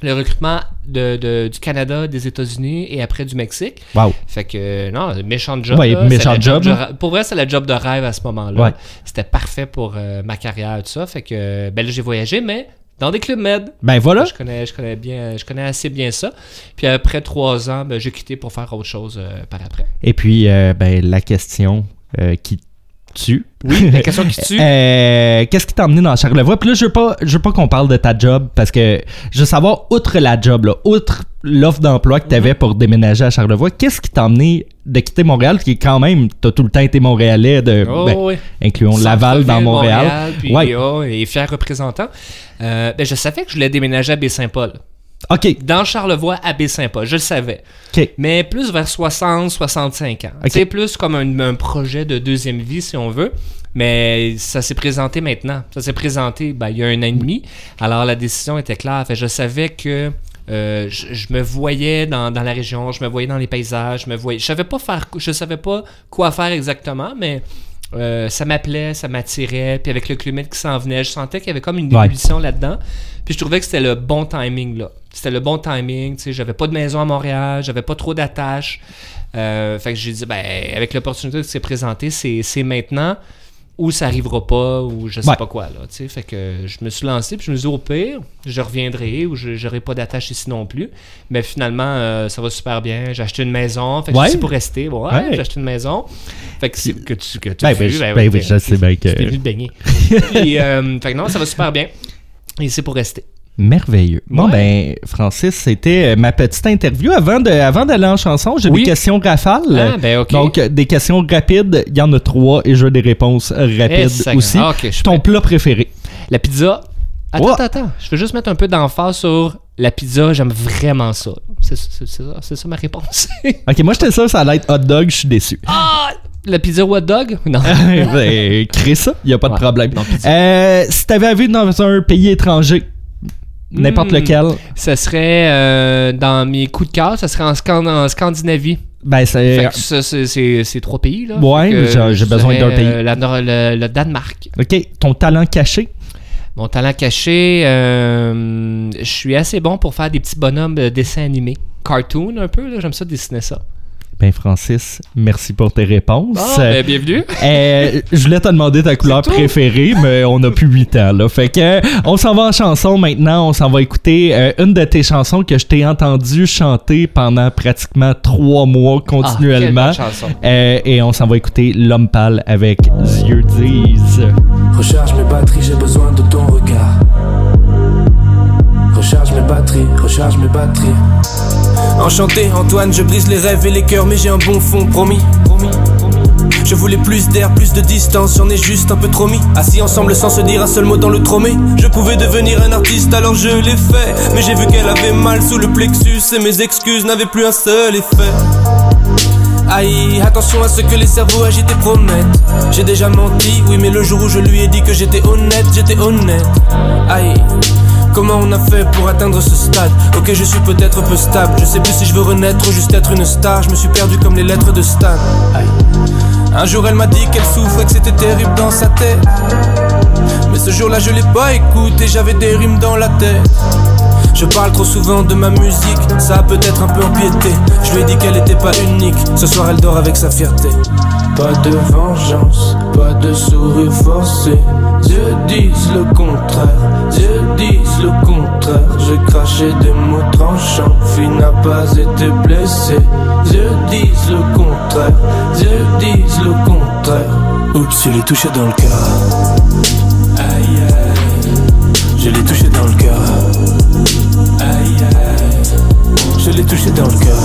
Speaker 3: Le recrutement de- de- du Canada, des États-Unis et après du Mexique.
Speaker 4: Wow.
Speaker 3: Fait que, euh, non, méchant job.
Speaker 4: Ouais,
Speaker 3: là, c'est
Speaker 4: méchant
Speaker 3: la
Speaker 4: job,
Speaker 3: de
Speaker 4: là.
Speaker 3: ra- pour vrai, c'est la job de rêve à ce moment-là.
Speaker 4: Ouais.
Speaker 3: C'était parfait pour euh, ma carrière, tout ça. Fait que, euh, ben là, j'ai voyagé, mais dans des clubs med.
Speaker 4: Ben voilà.
Speaker 3: Je connais, je connais bien, je connais assez bien ça. Puis après trois ans, ben, j'ai quitté pour faire autre chose euh, par après.
Speaker 4: Et puis, euh, ben, la question euh, qui tue.
Speaker 3: Oui,
Speaker 4: <laughs>
Speaker 3: la <laughs> question qui tue.
Speaker 4: Euh, Qu'est-ce qui t'a emmené dans Charlevoix? Puis là, je veux pas, je veux pas qu'on parle de ta job parce que je veux savoir, outre la job, là, outre l'offre d'emploi que tu avais pour déménager à Charlevoix, qu'est-ce qui t'a emmené de quitter Montréal? Parce que quand même, t'as tout le temps été Montréalais, de,
Speaker 3: Oh,
Speaker 4: ben,
Speaker 3: oui.
Speaker 4: incluons Laval dans
Speaker 3: Centre-ville,
Speaker 4: Montréal.
Speaker 3: puis,
Speaker 4: ouais.
Speaker 3: oh, et fier représentant. Euh, ben, je savais que je voulais déménager à Baie-Saint-Paul.
Speaker 4: OK,
Speaker 3: Dans Charlevoix, à Baie-Saint-Paul. Je le savais.
Speaker 4: OK.
Speaker 3: mais plus vers 60, 65 ans.
Speaker 4: Ok.
Speaker 3: C'est plus comme un, un projet de deuxième vie, si on veut. Mais ça s'est présenté maintenant. Ça s'est présenté ben, il y a un an et demi. Alors la décision était claire. Fait, je savais que euh, je, je me voyais dans, dans la région, je me voyais dans les paysages, je me voyais. Je savais pas faire, je savais pas quoi faire exactement, mais euh, ça m'appelait, ça m'attirait. Puis avec le climat qui s'en venait, je sentais qu'il y avait comme une
Speaker 4: Ouais.
Speaker 3: ébullition là-dedans. Puis je trouvais que c'était le bon timing là. C'était le bon timing. Tu sais, j'avais pas de maison à Montréal, j'avais pas trop d'attaches. Euh, fait que j'ai dit, ben, avec l'opportunité qui s'est présentée, c'est c'est maintenant ou ça arrivera pas ou je sais
Speaker 4: Ouais.
Speaker 3: pas quoi là. Tu sais, fait que je me suis lancé puis je me suis dit au pire, je reviendrai ou je j'aurai pas d'attache ici non plus. Mais finalement, euh, ça va super bien. J'ai acheté une maison. Fait que
Speaker 4: Ouais.
Speaker 3: je suis pour rester. Ouais,
Speaker 4: Ouais.
Speaker 3: J'ai acheté une maison. Fait que, c'est- que tu que tu
Speaker 4: Ben,
Speaker 3: as
Speaker 4: ben,
Speaker 3: vu,
Speaker 4: je-
Speaker 3: ben,
Speaker 4: ben,
Speaker 3: t'es-
Speaker 4: oui, je sais bien que-
Speaker 3: tu t'es venu
Speaker 4: <laughs>
Speaker 3: te baigner. Puis, euh, fait que non, ça va super bien. Et c'est pour rester.
Speaker 4: Merveilleux. Bon,
Speaker 3: Ouais.
Speaker 4: ben, Francis, c'était euh, ma petite interview. Avant de, avant d'aller en chanson, j'ai
Speaker 3: Oui.
Speaker 4: des questions rafales.
Speaker 3: Ah, ben, ok.
Speaker 4: Donc, euh, des questions rapides. Il y en a trois et je veux des réponses euh,
Speaker 3: Eh,
Speaker 4: rapides
Speaker 3: sacré.
Speaker 4: aussi.
Speaker 3: Ah, ok, je suis
Speaker 4: Ton
Speaker 3: prêt.
Speaker 4: plat préféré.
Speaker 3: La pizza. Attends,
Speaker 4: Ouais.
Speaker 3: attends, attends. Je veux juste mettre un peu d'emphase sur la pizza. J'aime vraiment ça. C'est c'est- c'est ça, c'est ça ma réponse. <laughs>
Speaker 4: Ok, moi, j'étais sûr que ça allait être hot dog, je suis déçu. <laughs>
Speaker 3: ah! La pizza hot dog? Non.
Speaker 4: ben, crée ça, il n'y a pas de
Speaker 3: Ouais.
Speaker 4: problème.
Speaker 3: Non, pizza.
Speaker 4: Euh, si t'avais vu dans un pays étranger, n'importe
Speaker 3: Hmm.
Speaker 4: lequel,
Speaker 3: ça serait euh, dans mes coups de cœur, ça serait en, Scan- en Scandinavie.
Speaker 4: ben, c'est.
Speaker 3: Fait que ça, c'est- c'est c'est trois pays. Là.
Speaker 4: Ouais,
Speaker 3: Fait que
Speaker 4: j'ai- j'ai
Speaker 3: je
Speaker 4: besoin
Speaker 3: dirais,
Speaker 4: d'un pays.
Speaker 3: euh, la Nor- le, le Danemark.
Speaker 4: Ok, ton talent caché.
Speaker 3: Mon talent caché, euh, je suis assez bon pour faire des petits bonhommes de dessins animés. Cartoon un peu, là, j'aime ça dessiner ça.
Speaker 4: Ben Francis, merci pour tes réponses.
Speaker 3: Bon, ben, bienvenue.
Speaker 4: Euh, je voulais te demander ta couleur préférée, mais on a plus 8 ans, là. Fait que, euh, on s'en va en chanson maintenant. On s'en va écouter euh, une de tes chansons que je t'ai entendu chanter pendant pratiquement trois mois continuellement.
Speaker 3: Ah, quelle bonne chanson.
Speaker 4: Euh, et on s'en va écouter L'homme pâle avec Yeux disent.
Speaker 6: Recharge mes batteries, j'ai besoin de ton regard. Recharge mes batteries, recharge mes batteries. Enchanté, Antoine, je brise les rêves et les cœurs, mais j'ai un bon fond, promis. Promis, promis. Je voulais plus d'air, plus de distance, j'en ai juste un peu trop mis. Assis ensemble sans se dire un seul mot dans le tromé. Je pouvais devenir un artiste, alors je l'ai fait. Mais j'ai vu qu'elle avait mal sous le plexus et mes excuses n'avaient plus un seul effet. Aïe, attention à ce que les cerveaux agités promettent. J'ai déjà menti, oui, mais le jour où je lui ai dit que j'étais honnête, j'étais honnête. Aïe. Comment on a fait pour atteindre ce stade Ok je suis peut-être peu stable Je sais plus si je veux renaître ou juste être une star Je me suis perdu comme les lettres de Stan Aïe. Un jour elle m'a dit qu'elle souffrait que c'était terrible dans sa tête Mais ce jour là je l'ai pas écouté J'avais des rimes dans la tête je parle trop souvent de ma musique, ça a peut-être un peu empiété. Je lui ai dit qu'elle était pas unique, ce soir elle dort avec sa fierté. Pas de vengeance, pas de sourire forcé. Dieu disent le contraire, Dieu disent le contraire. J'ai craché des mots tranchants, fille n'a pas été blessée. Dieu disent le contraire, Dieu disent le contraire. Oups, je l'ai touché dans le cœur. Aïe aïe, je l'ai touché dans le cœur. Aïe aïe, je l'ai touché dans le cœur.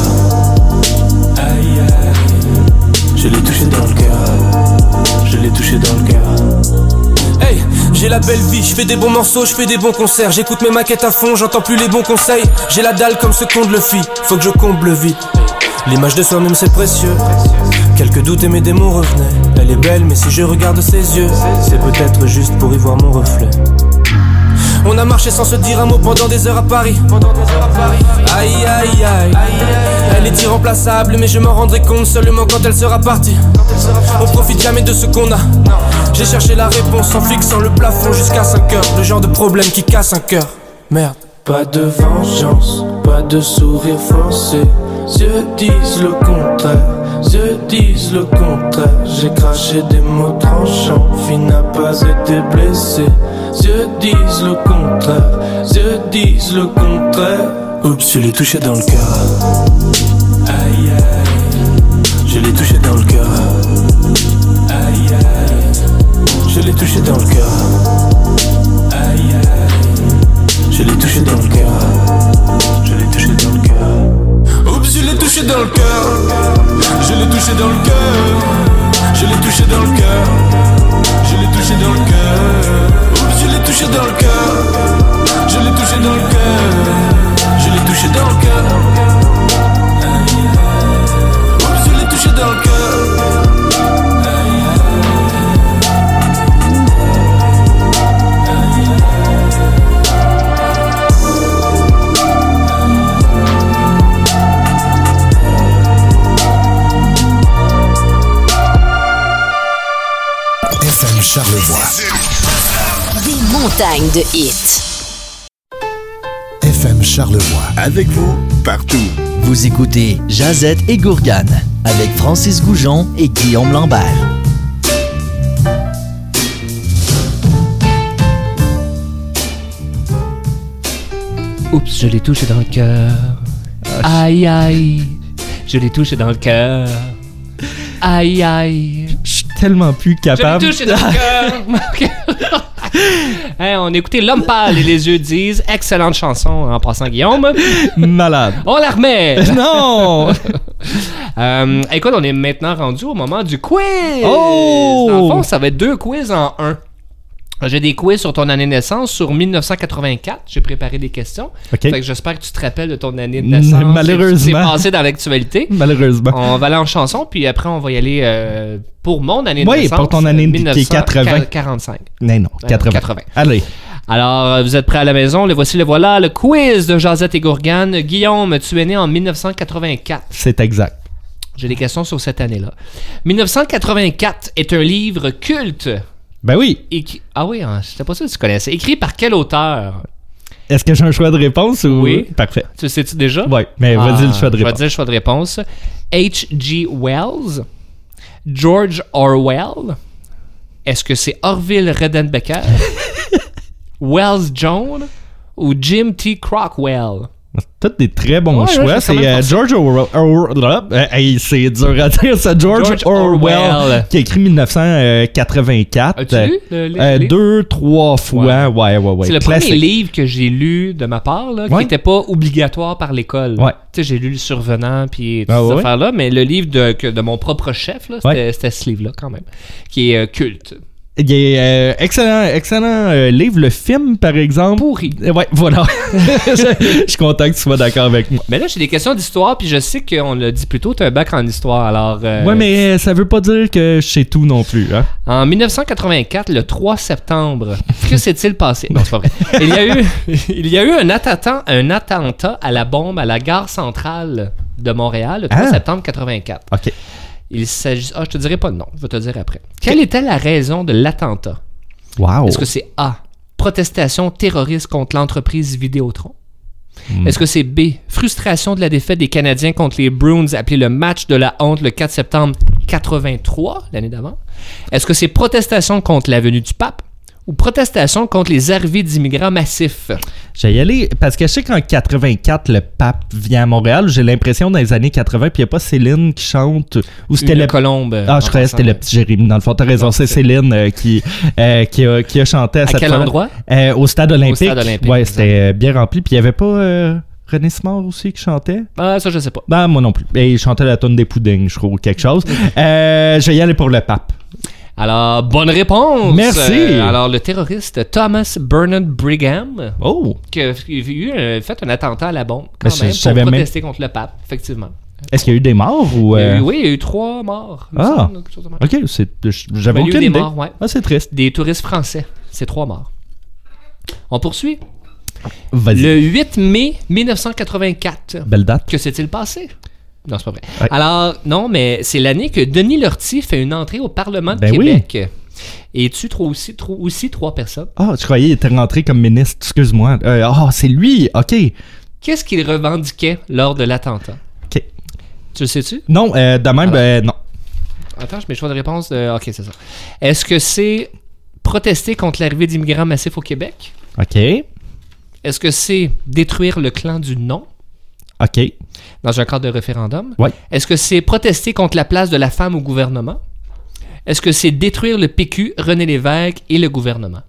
Speaker 6: Aïe aïe, je l'ai touché dans le cœur. Je l'ai touché dans le cœur. Hey, j'ai la belle vie, je fais des bons morceaux, je fais des bons concerts, j'écoute mes maquettes à fond, j'entends plus les bons conseils. J'ai la dalle comme ce qu'on le fit, faut que je comble vite. L'image de soi-même c'est précieux. Quelques doutes et mes démons revenaient. Elle est belle, mais si je regarde ses yeux, c'est peut-être juste pour y voir mon reflet. On a marché sans se dire un mot pendant des heures à Paris. Aïe aïe aïe. Elle est irremplaçable, mais je m'en rendrai compte seulement quand elle sera partie. On profite jamais de ce qu'on a. J'ai cherché la réponse en fixant le plafond jusqu'à 5 heures. Le genre de problème qui casse un cœur. Merde. Pas de vengeance, pas de sourire forcé. Dieu disent le contraire, Dieu disent le contraire. J'ai craché des mots tranchants, fille n'a pas été blessée. Dieu disent le contraire, Dieu disent le contraire. Oups, je l'ai touché dans le cœur. Aïe aïe, je l'ai touché dans le cœur. Aïe aïe, je l'ai touché dans le cœur. Aïe aïe. Je l'ai touché dans le cœur. Je l'ai touché dans le cœur. Oups, je l'ai touché dans le cœur. Je l'ai touché dans le cœur. Je l'ai touché dans le cœur. Je l'ai touché dans le cœur. Oups, je l'ai touché dans le cœur. Je l'ai touché dans le cœur. Je l'ai touché dans le cœur. Aïe, aïe. Oups, je l'ai touché dans le cœur. Aïe, aïe.
Speaker 1: FM Charlevoix.
Speaker 7: Des montagnes de hits.
Speaker 1: FM Charlevoix. Avec vous, partout.
Speaker 2: Vous écoutez Jazette et Gourgane avec Francis Goujon et Guillaume Lambert.
Speaker 3: Oups, je l'ai touché dans le cœur. Aïe aïe, Ah, je l'ai touché dans le cœur. Aïe aïe,
Speaker 4: Je suis tellement plus
Speaker 3: je l'ai
Speaker 4: capable.
Speaker 3: touché dans le cœur. <laughs> Ok. Hein, on a écouté L'homme pâle et les yeux disent. Excellente chanson en passant Guillaume.
Speaker 4: <laughs>
Speaker 3: <laughs>
Speaker 4: Malade.
Speaker 3: On la remet.
Speaker 4: Non!
Speaker 3: Euh, écoute, on est maintenant rendu au moment du quiz.
Speaker 4: Oh!
Speaker 3: Dans le fond, ça va être deux quiz en un. J'ai des quiz sur ton année de naissance, sur 1984. J'ai préparé des questions.
Speaker 4: Ok.
Speaker 3: Fait que j'espère que tu te rappelles de ton année de naissance.
Speaker 4: Malheureusement.
Speaker 3: et ce qui s'est passé
Speaker 4: <laughs>
Speaker 3: dans l'actualité.
Speaker 4: Malheureusement.
Speaker 3: On va aller en chanson, puis après, on va y aller euh, pour mon année de
Speaker 4: Oui,
Speaker 3: naissance.
Speaker 4: pour ton année de- qui est 80.
Speaker 3: 1945.
Speaker 4: Non, non,
Speaker 3: non,
Speaker 4: 80.
Speaker 3: 80.
Speaker 4: Allez,
Speaker 3: Alors, euh, vous êtes prêts à la maison? Le voici, le voilà, le quiz de Josette et Gourgane. Guillaume, tu es né en 1984.
Speaker 4: c'est exact.
Speaker 3: J'ai des questions sur cette année-là. 1984 est un livre culte.
Speaker 4: Ben oui.
Speaker 3: écri- Ah oui, hein, c'était pas ça que tu connaissais. Écrit par quel auteur
Speaker 4: Est-ce que j'ai un choix de réponse ou.
Speaker 3: Oui.
Speaker 4: Parfait.
Speaker 3: Tu le sais-tu déjà
Speaker 4: Ouais, mais vas-y
Speaker 3: Ah,
Speaker 4: le choix de
Speaker 3: Je vais
Speaker 4: réponse.
Speaker 3: te dire le choix de réponse. H.G. Wells, George Orwell, est-ce que c'est Orville Redenbacher,
Speaker 4: <laughs>
Speaker 3: Wells Jones ou Jim T. Crockwell?
Speaker 4: C'est tous des très bons
Speaker 3: Ouais,
Speaker 4: choix.
Speaker 3: ouais, j'ai quand
Speaker 4: c'est
Speaker 3: même
Speaker 4: euh,
Speaker 3: pensé.
Speaker 4: George Orwell. c'est dur à dire, ça. George,
Speaker 3: George
Speaker 4: Orwell,
Speaker 3: Orwell.
Speaker 4: qui a écrit 1984.
Speaker 3: As-tu lu le- le-
Speaker 4: Euh,
Speaker 3: le-
Speaker 4: Deux, trois fois. Ouais, ouais, ouais.
Speaker 3: C'est le
Speaker 4: Classique.
Speaker 3: premier livre que j'ai lu de ma part, là, qui
Speaker 4: Ouais.
Speaker 3: n'était pas obligatoire par l'école.
Speaker 4: Ouais.
Speaker 3: Tu sais, j'ai lu Le Survenant, puis toutes
Speaker 4: Ah
Speaker 3: ces
Speaker 4: ouais?
Speaker 3: affaires-là, mais le livre de, que- de mon propre chef, là, c'était,
Speaker 4: Ouais.
Speaker 3: c'était ce livre-là, quand même, qui est euh, culte.
Speaker 4: Il est, euh, excellent, excellent euh, livre. Le film, par exemple.
Speaker 3: Pourri.
Speaker 4: Euh, Ouais, <laughs> voilà. je, je suis content que tu sois d'accord avec moi.
Speaker 3: Mais là, j'ai des questions d'histoire, puis je sais qu'on l'a dit plus tôt, tu as un bac en histoire, alors... euh,
Speaker 4: ouais, mais euh, ça veut pas dire que je sais tout non plus. Hein?
Speaker 3: En 1984, le 3 septembre, que s'est-il passé? Non, c'est pas vrai. Il y a eu, <laughs> il y a eu un, attentat, un attentat à la bombe à la gare centrale de Montréal le 3
Speaker 4: Ah.
Speaker 3: septembre 84.
Speaker 4: OK.
Speaker 3: Il s'agit... Ah, je te dirai pas le nom, je vais te le dire après. Quelle était la raison de l'attentat?
Speaker 4: Oh. Wow.
Speaker 3: Est-ce que c'est A, protestation terroriste contre l'entreprise Vidéotron?
Speaker 4: Hmm.
Speaker 3: Est-ce que c'est B, frustration de la défaite des Canadiens contre les Bruins appelé le match de la honte le 4 septembre 83, l'année d'avant? Est-ce que c'est protestation contre la venue du pape? Ou protestation contre les arrivées d'immigrants massifs?
Speaker 4: Je vais y aller parce que je sais qu'en 84, le pape vient à Montréal. J'ai l'impression dans les années 80, puis il n'y a pas Céline qui chante. Ou c'était
Speaker 3: Une
Speaker 4: le.
Speaker 3: colombe.
Speaker 4: Ah, je croyais que c'était le petit Jérémy. Dans le fond, t'as raison, c'est Céline euh, qui, euh, qui, a, qui a chanté à, cette
Speaker 3: quel
Speaker 4: fois-là.
Speaker 3: endroit?
Speaker 4: Euh, Au stade olympique.
Speaker 3: Stade Olympique,
Speaker 4: Ouais,
Speaker 3: exact.
Speaker 4: c'était euh, bien rempli. Puis il n'y avait pas euh, René Simard aussi qui chantait?
Speaker 3: Ah, ça, je sais pas.
Speaker 4: Ben, moi non plus. Et il chantait la tonne des poudings, je trouve, ou quelque
Speaker 3: <laughs>
Speaker 4: chose. Euh, je vais y aller pour le pape.
Speaker 3: Alors, bonne réponse!
Speaker 4: Merci.
Speaker 3: Euh, alors, le terroriste Thomas Bernard Brigham,
Speaker 4: Oh!
Speaker 3: qui a qui a eu un- fait un attentat à la bombe quand
Speaker 4: Ben, je-
Speaker 3: même
Speaker 4: je
Speaker 3: pour
Speaker 4: savais même-
Speaker 3: protester contre le pape, effectivement.
Speaker 4: Est-ce qu'il y a eu des morts ou.
Speaker 3: Il y a
Speaker 4: euh,
Speaker 3: eu- oui, il y a eu trois morts. il me
Speaker 4: Ah.
Speaker 3: semble, quelque chose de même.
Speaker 4: Ok, c'est- j'avais
Speaker 3: Ben, il y a eu
Speaker 4: aucune
Speaker 3: des
Speaker 4: idée.
Speaker 3: morts, ouais.
Speaker 4: Ah, c'est triste.
Speaker 3: Des touristes français, c'est trois morts. On poursuit.
Speaker 4: Vas-y.
Speaker 3: Le 8 mai 1984,
Speaker 4: Belle date.
Speaker 3: que s'est-il passé? Non, c'est pas vrai.
Speaker 4: Ouais.
Speaker 3: Alors, non, mais c'est l'année que Denis Lortie fait une entrée au Parlement de
Speaker 4: Ben oui.
Speaker 3: Québec. Et tu trouves aussi, trou- aussi trois personnes.
Speaker 4: Ah, je croyais qu'il était rentré comme ministre. Excuse-moi. Euh, Ah, c'est lui. OK.
Speaker 3: Qu'est-ce qu'il revendiquait lors de l'attentat?
Speaker 4: OK.
Speaker 3: Tu le sais-tu?
Speaker 4: Non, euh, de même, ben, non.
Speaker 3: Attends, je mets le choix de réponse. de- Ok, c'est ça. Est-ce que c'est protester contre l'arrivée d'immigrants massifs au Québec?
Speaker 4: OK.
Speaker 3: Est-ce que c'est détruire le clan du non
Speaker 4: OK.
Speaker 3: dans un cadre de référendum?
Speaker 4: Ouais.
Speaker 3: Est-ce que c'est protester contre la place de la femme au gouvernement? Est-ce que c'est détruire le PQ, René Lévesque et le gouvernement?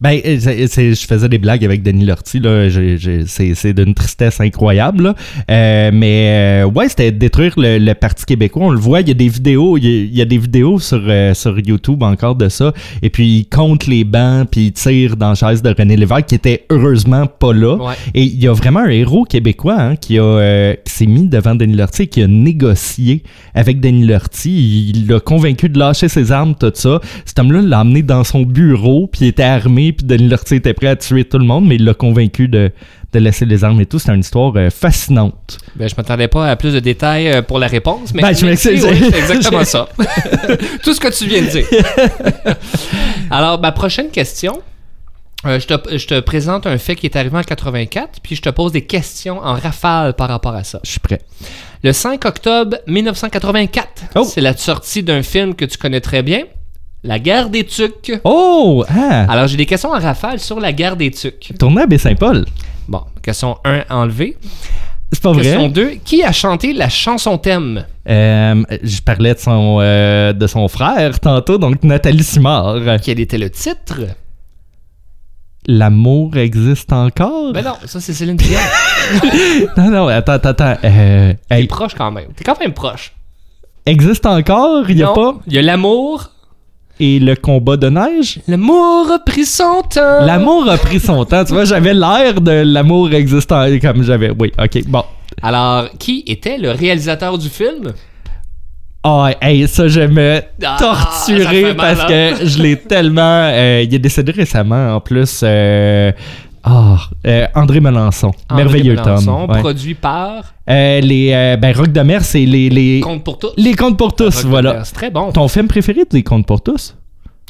Speaker 4: Ben, euh, c'est- c'est- je faisais des blagues avec Denis Lortie, là. J'ai- j'ai- c'est c'est d'une tristesse incroyable, là. Euh, mais, euh, ouais, c'était détruire le, le Parti québécois. On le voit, il y a des vidéos, il y a, il y a des vidéos sur, euh, sur YouTube encore de ça. Et puis, il compte les bancs, puis il tire dans la chaise de René Lévesque, qui était heureusement pas là.
Speaker 3: Ouais.
Speaker 4: Et il y a vraiment un héros québécois hein, qui, a, euh, qui s'est mis devant Denis Lortie et qui a négocié avec Denis Lortie. Il l'a convaincu de lâcher ses armes, tout ça. Cet homme-là l'a emmené dans son bureau, puis il était armé, puis Denis Lortie était prêt à tuer tout le monde, mais il l'a convaincu de, de laisser les armes et tout. C'est une histoire euh, fascinante.
Speaker 3: Ben, je m'attendais pas à plus de détails euh, pour la réponse, mais,
Speaker 4: Ben, je
Speaker 3: mais
Speaker 4: m'excuse.
Speaker 3: oui, c'est exactement ça.
Speaker 4: <laughs>
Speaker 3: Tout ce que tu viens de dire. Alors, ma prochaine question, euh, je, te, je te présente un fait qui est arrivé en 84, puis je te pose des questions en rafale par rapport à ça.
Speaker 4: Je suis prêt.
Speaker 3: Le 5 octobre 1984,
Speaker 4: Oh.
Speaker 3: c'est la sortie d'un film que tu connais très bien, La guerre des Tucs.
Speaker 4: Oh! Ah!
Speaker 3: Alors, j'ai des questions en rafale sur la guerre des Tucs.
Speaker 4: Tourné à Baie-Saint-Paul.
Speaker 3: Bon, question 1 enlevée.
Speaker 4: C'est pas
Speaker 3: Question
Speaker 4: vrai.
Speaker 3: 2, qui a chanté la chanson thème
Speaker 4: Euh, je parlais de son, euh, de son frère tantôt, donc Nathalie Simard.
Speaker 3: Quel était le titre?
Speaker 4: L'amour existe encore?
Speaker 3: Ben non, ça c'est Céline Dion.
Speaker 4: Non, non, attends, attends, attends. Euh,
Speaker 3: T'es
Speaker 4: hey,
Speaker 3: proche quand même. T'es quand même proche.
Speaker 4: existe encore, il n'y a
Speaker 3: Non,
Speaker 4: pas.
Speaker 3: Il y a l'amour.
Speaker 4: Et le combat de neige?
Speaker 3: L'amour a pris son temps.
Speaker 4: L'amour a pris son temps, tu vois, j'avais l'air de l'amour existant, comme j'avais. Oui, ok, bon.
Speaker 3: Alors, qui était le réalisateur du film?
Speaker 4: Ah, hey, ça, je me
Speaker 3: Ah, ça
Speaker 4: torturer
Speaker 3: fait mal,
Speaker 4: parce
Speaker 3: hein?
Speaker 4: que je l'ai
Speaker 3: <laughs>
Speaker 4: tellement. euh, il est décédé récemment, en plus. euh, ah, euh, André Melançon.
Speaker 3: André
Speaker 4: merveilleux
Speaker 3: Melançon,
Speaker 4: Tom. ouais.
Speaker 3: Produit par
Speaker 4: Euh, les, euh, ben, Rock de mer, c'est les. les...
Speaker 3: Compte pour tous.
Speaker 4: Les contes pour tous,
Speaker 3: Rock de
Speaker 4: voilà.
Speaker 3: Terre, C'est très bon.
Speaker 4: Ton film préféré des contes pour tous?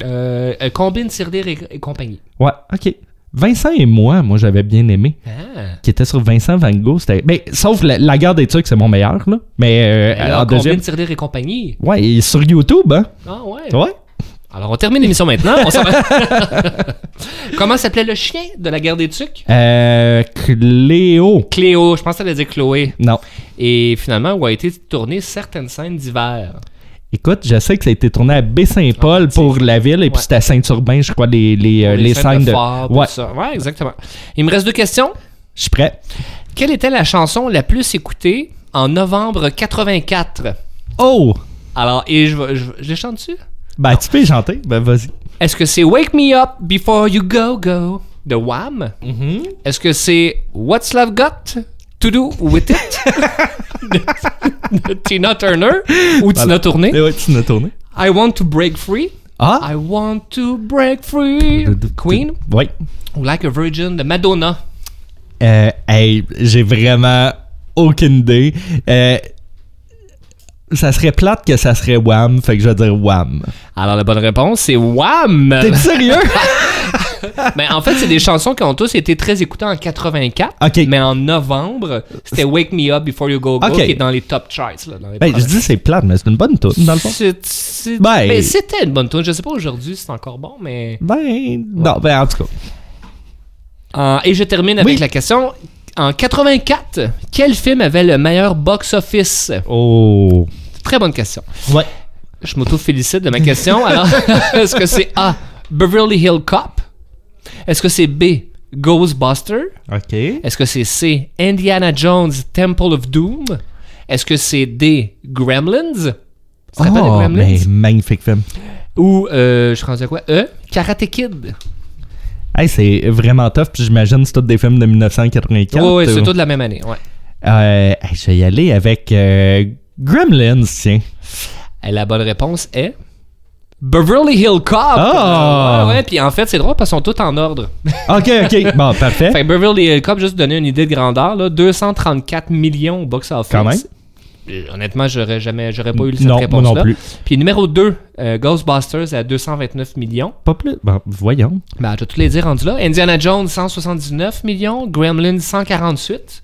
Speaker 3: Euh, euh, Combine, Sirdir et, et compagnie.
Speaker 4: Ouais, ok. Vincent et moi, moi j'avais bien aimé,
Speaker 3: Ah.
Speaker 4: qui était sur Vincent Van Gogh. C'était, ben, sauf la, la guerre des trucs, c'est mon meilleur, là. Mais euh, en
Speaker 3: Alors, combien
Speaker 4: deuxième.
Speaker 3: de tirer et compagnie?
Speaker 4: Ouais, et sur YouTube, hein?
Speaker 3: Ah ouais.
Speaker 4: Ouais.
Speaker 3: Alors, on termine l'émission maintenant. On s'en va.
Speaker 4: <laughs>
Speaker 3: Comment s'appelait le chien de la guerre des tucs?
Speaker 4: Euh, Cléo.
Speaker 3: Cléo, je pense qu'elle a dit Chloé.
Speaker 4: Non.
Speaker 3: Et finalement, où a été tournée certaines scènes d'hiver.
Speaker 4: Écoute, je sais que ça a été tourné à Baie-Saint-Paul pour la ville, et puis
Speaker 3: Ouais.
Speaker 4: c'était à Saint-Urbain, je crois, les, Ah, les, euh,
Speaker 3: Pour
Speaker 4: les scènes de.
Speaker 3: phare, tout
Speaker 4: ouais,
Speaker 3: ça. ouais, exactement. Il me reste deux questions.
Speaker 4: je suis prêt.
Speaker 3: Quelle était la chanson la plus écoutée en novembre 84?
Speaker 4: Oh!
Speaker 3: Alors, et je, vais- je, je les chante dessus?
Speaker 4: Ben, tu peux y chanter. Ben, vas-y.
Speaker 3: Est-ce que c'est Wake Me Up Before You Go Go de Wham?
Speaker 4: Mm-hmm.
Speaker 3: Est-ce que c'est What's Love Got To Do With It de,
Speaker 4: <laughs>
Speaker 3: de Tina Turner ou Tina Tourné?
Speaker 4: Eh ouais, tu nous as tourné.
Speaker 3: I Want to Break Free.
Speaker 4: Ah!
Speaker 3: I Want to Break Free. Queen
Speaker 4: Oui.
Speaker 3: ou Like a Virgin de Madonna.
Speaker 4: Euh, hey, j'ai vraiment aucune idée. Euh, ça serait plate que ça serait Wham, fait que je vais dire Wham.
Speaker 3: Alors la bonne réponse c'est Wham.
Speaker 4: T'es sérieux?
Speaker 3: Mais en fait, c'est des chansons qui ont tous été très écoutées en 84.
Speaker 4: <laughs> Ok.
Speaker 3: Mais en novembre, c'était Wake Me Up Before You Go Go
Speaker 4: Ok.
Speaker 3: qui est dans les top charts. Là, dans les
Speaker 4: ben, je
Speaker 3: premières.
Speaker 4: dis c'est plate, mais c'est une bonne tune, dans le fond.
Speaker 3: C'est- c'est-
Speaker 4: Ben-
Speaker 3: ben, c'était une bonne tune. Je sais pas aujourd'hui si c'est encore bon, mais.
Speaker 4: Ben, non, ben, en tout cas.
Speaker 3: En- et je termine avec la question. En 84, quel film avait le meilleur box-office
Speaker 4: Oh.
Speaker 3: Très bonne question.
Speaker 4: Ouais.
Speaker 3: Je m'auto-félicite de ma question. <laughs> Alors, est-ce que c'est A. Beverly Hill Cop Est-ce que c'est B. Ghostbuster
Speaker 4: OK.
Speaker 3: Est-ce que c'est C. Indiana Jones Temple of Doom Est-ce que c'est D. Gremlins Tu te rappelles de
Speaker 4: Oh,
Speaker 3: Gremlins
Speaker 4: mais magnifique film.
Speaker 3: Ou, euh, je suis rendu à quoi E. Karate Kid.
Speaker 4: Hey, c'est vraiment tough, puis j'imagine que c'est tous des films de 1984.
Speaker 3: Oui, c'est
Speaker 4: ou-
Speaker 3: tout de la même année. Ouais.
Speaker 4: Euh, hey, je vais y aller avec euh, Gremlins, tiens.
Speaker 3: Et la bonne réponse est Beverly Hill Cop.
Speaker 4: Ah!
Speaker 3: Ouais, ouais, puis en fait, c'est drôle parce qu'ils sont tous en ordre.
Speaker 4: OK,
Speaker 3: <laughs>
Speaker 4: OK. bon, parfait.
Speaker 3: Fait que Beverly Hill Cop, juste donner une idée de grandeur, là, 234 millions au box-office.
Speaker 4: Quand même.
Speaker 3: Euh, Honnêtement, j'aurais jamais, j'aurais pas eu cette
Speaker 4: Non, moi
Speaker 3: réponse-là.
Speaker 4: non plus.
Speaker 3: Puis numéro 2, Ghostbusters à 229 millions.
Speaker 4: Pas plus. Bon, voyons.
Speaker 3: Ben, je vais tous les dire rendus là. Indiana Jones, 179 millions. Gremlin, 148.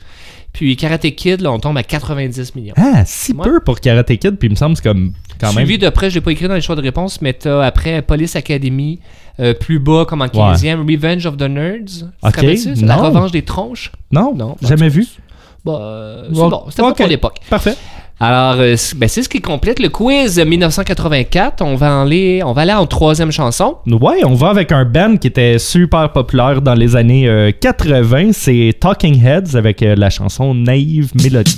Speaker 3: Puis Karate Kid, là, on tombe à 90 millions.
Speaker 4: Ah, si
Speaker 3: Ouais.
Speaker 4: peu pour Karate Kid, puis il me semble que c'est comme quand même.
Speaker 3: Suivi de près, je l'ai pas écrit dans les choix de réponse, mais t'as après Police Academy, euh, plus bas comme en 15e, Revenge of the Nerds. Tu te
Speaker 4: Ok,
Speaker 3: rappelles-tu? C'est La
Speaker 4: non.
Speaker 3: revanche des tronches.
Speaker 4: Non,
Speaker 3: Non,
Speaker 4: jamais vu.
Speaker 3: Bah, euh, c'est
Speaker 4: Bon,
Speaker 3: bon, c'était
Speaker 4: ok.
Speaker 3: pas pour l'époque.
Speaker 4: Parfait.
Speaker 3: Alors, euh, c'est- ben, c'est ce qui complète le quiz 1984. On va, en aller, on va aller en troisième chanson.
Speaker 4: Ouais, on va avec un band qui était super populaire dans les années euh, 80. C'est Talking Heads avec euh, la chanson Naïve Mélodie.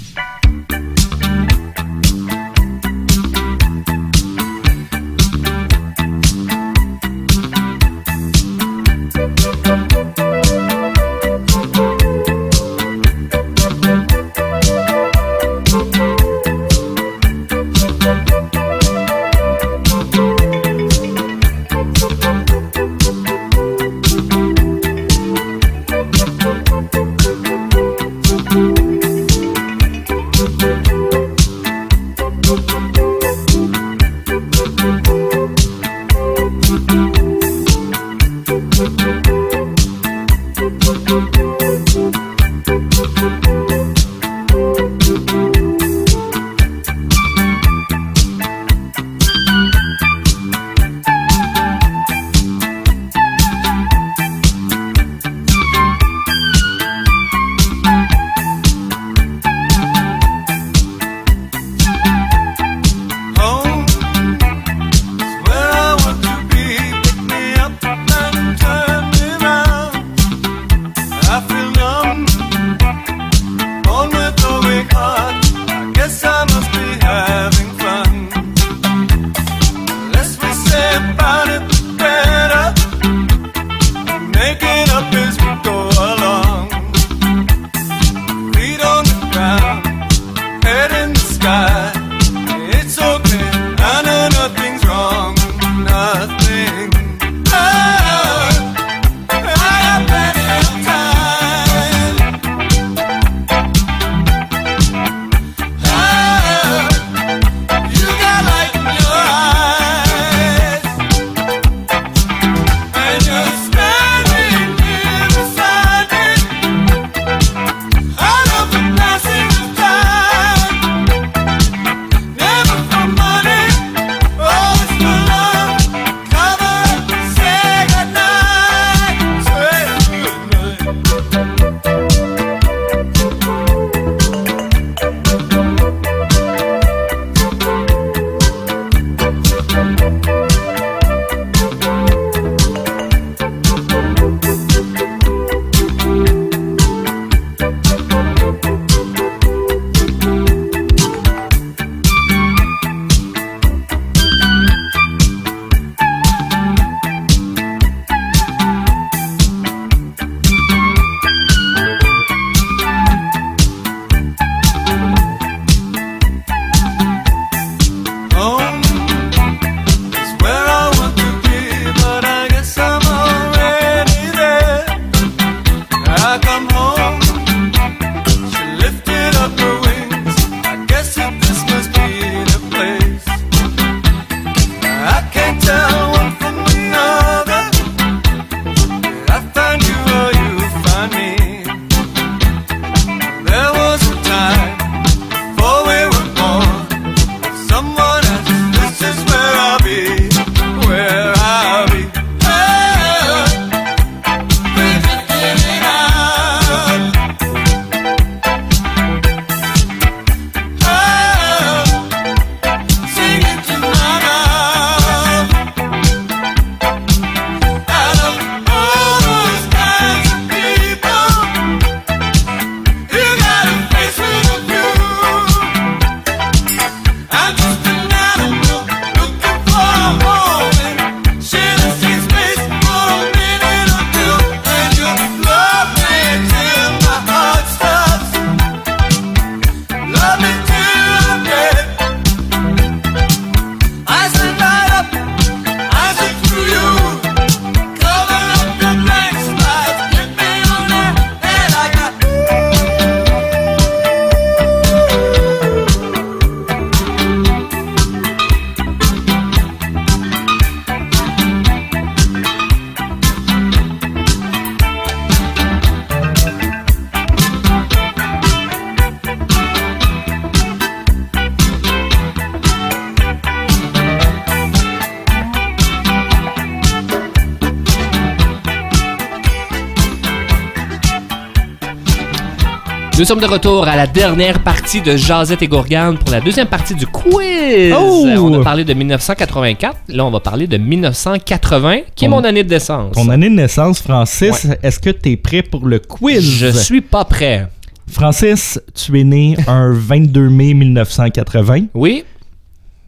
Speaker 3: Nous sommes de retour à la dernière partie de Jazette et Gourgane pour la deuxième partie du quiz. Euh,
Speaker 4: Oh!
Speaker 3: On a parlé de 1984. Là, on va parler de 1980, qui est
Speaker 4: Ton-
Speaker 3: mon année de naissance.
Speaker 4: Ton année de naissance, Francis, est-ce que tu es prêt pour le quiz?
Speaker 3: Je suis pas prêt.
Speaker 4: Francis, tu es né un 22 mai 1980.
Speaker 3: Oui?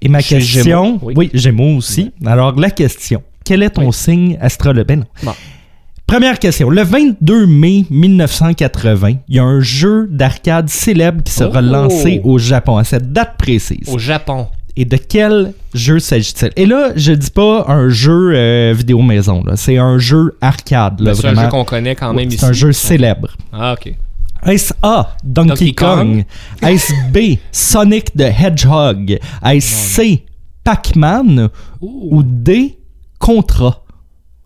Speaker 4: Et ma
Speaker 3: Je suis
Speaker 4: question,
Speaker 3: Gémeaux, oui.
Speaker 4: oui, Gémeaux aussi. Alors, la question, quel est ton signe astrologique? Ben non.
Speaker 3: Bon.
Speaker 4: Première question. Le 22 mai 1980, il y a un jeu d'arcade célèbre qui sera
Speaker 3: Oh!
Speaker 4: lancé au Japon à cette date précise.
Speaker 3: Au Japon.
Speaker 4: Et de quel jeu s'agit-il? Et là, je dis pas un jeu euh, vidéo maison, là. c'est un jeu arcade. là,
Speaker 3: Ben, C'est un
Speaker 4: Ben, vraiment.
Speaker 3: jeu qu'on connaît quand
Speaker 4: Ouais,
Speaker 3: même ici.
Speaker 4: C'est un jeu célèbre.
Speaker 3: Ah, OK.
Speaker 4: Est-ce A, Donkey,
Speaker 3: Donkey Kong?
Speaker 4: Kong? Est-ce B, Sonic the Hedgehog? Est-ce C, Pac-Man? Ou D, Contra?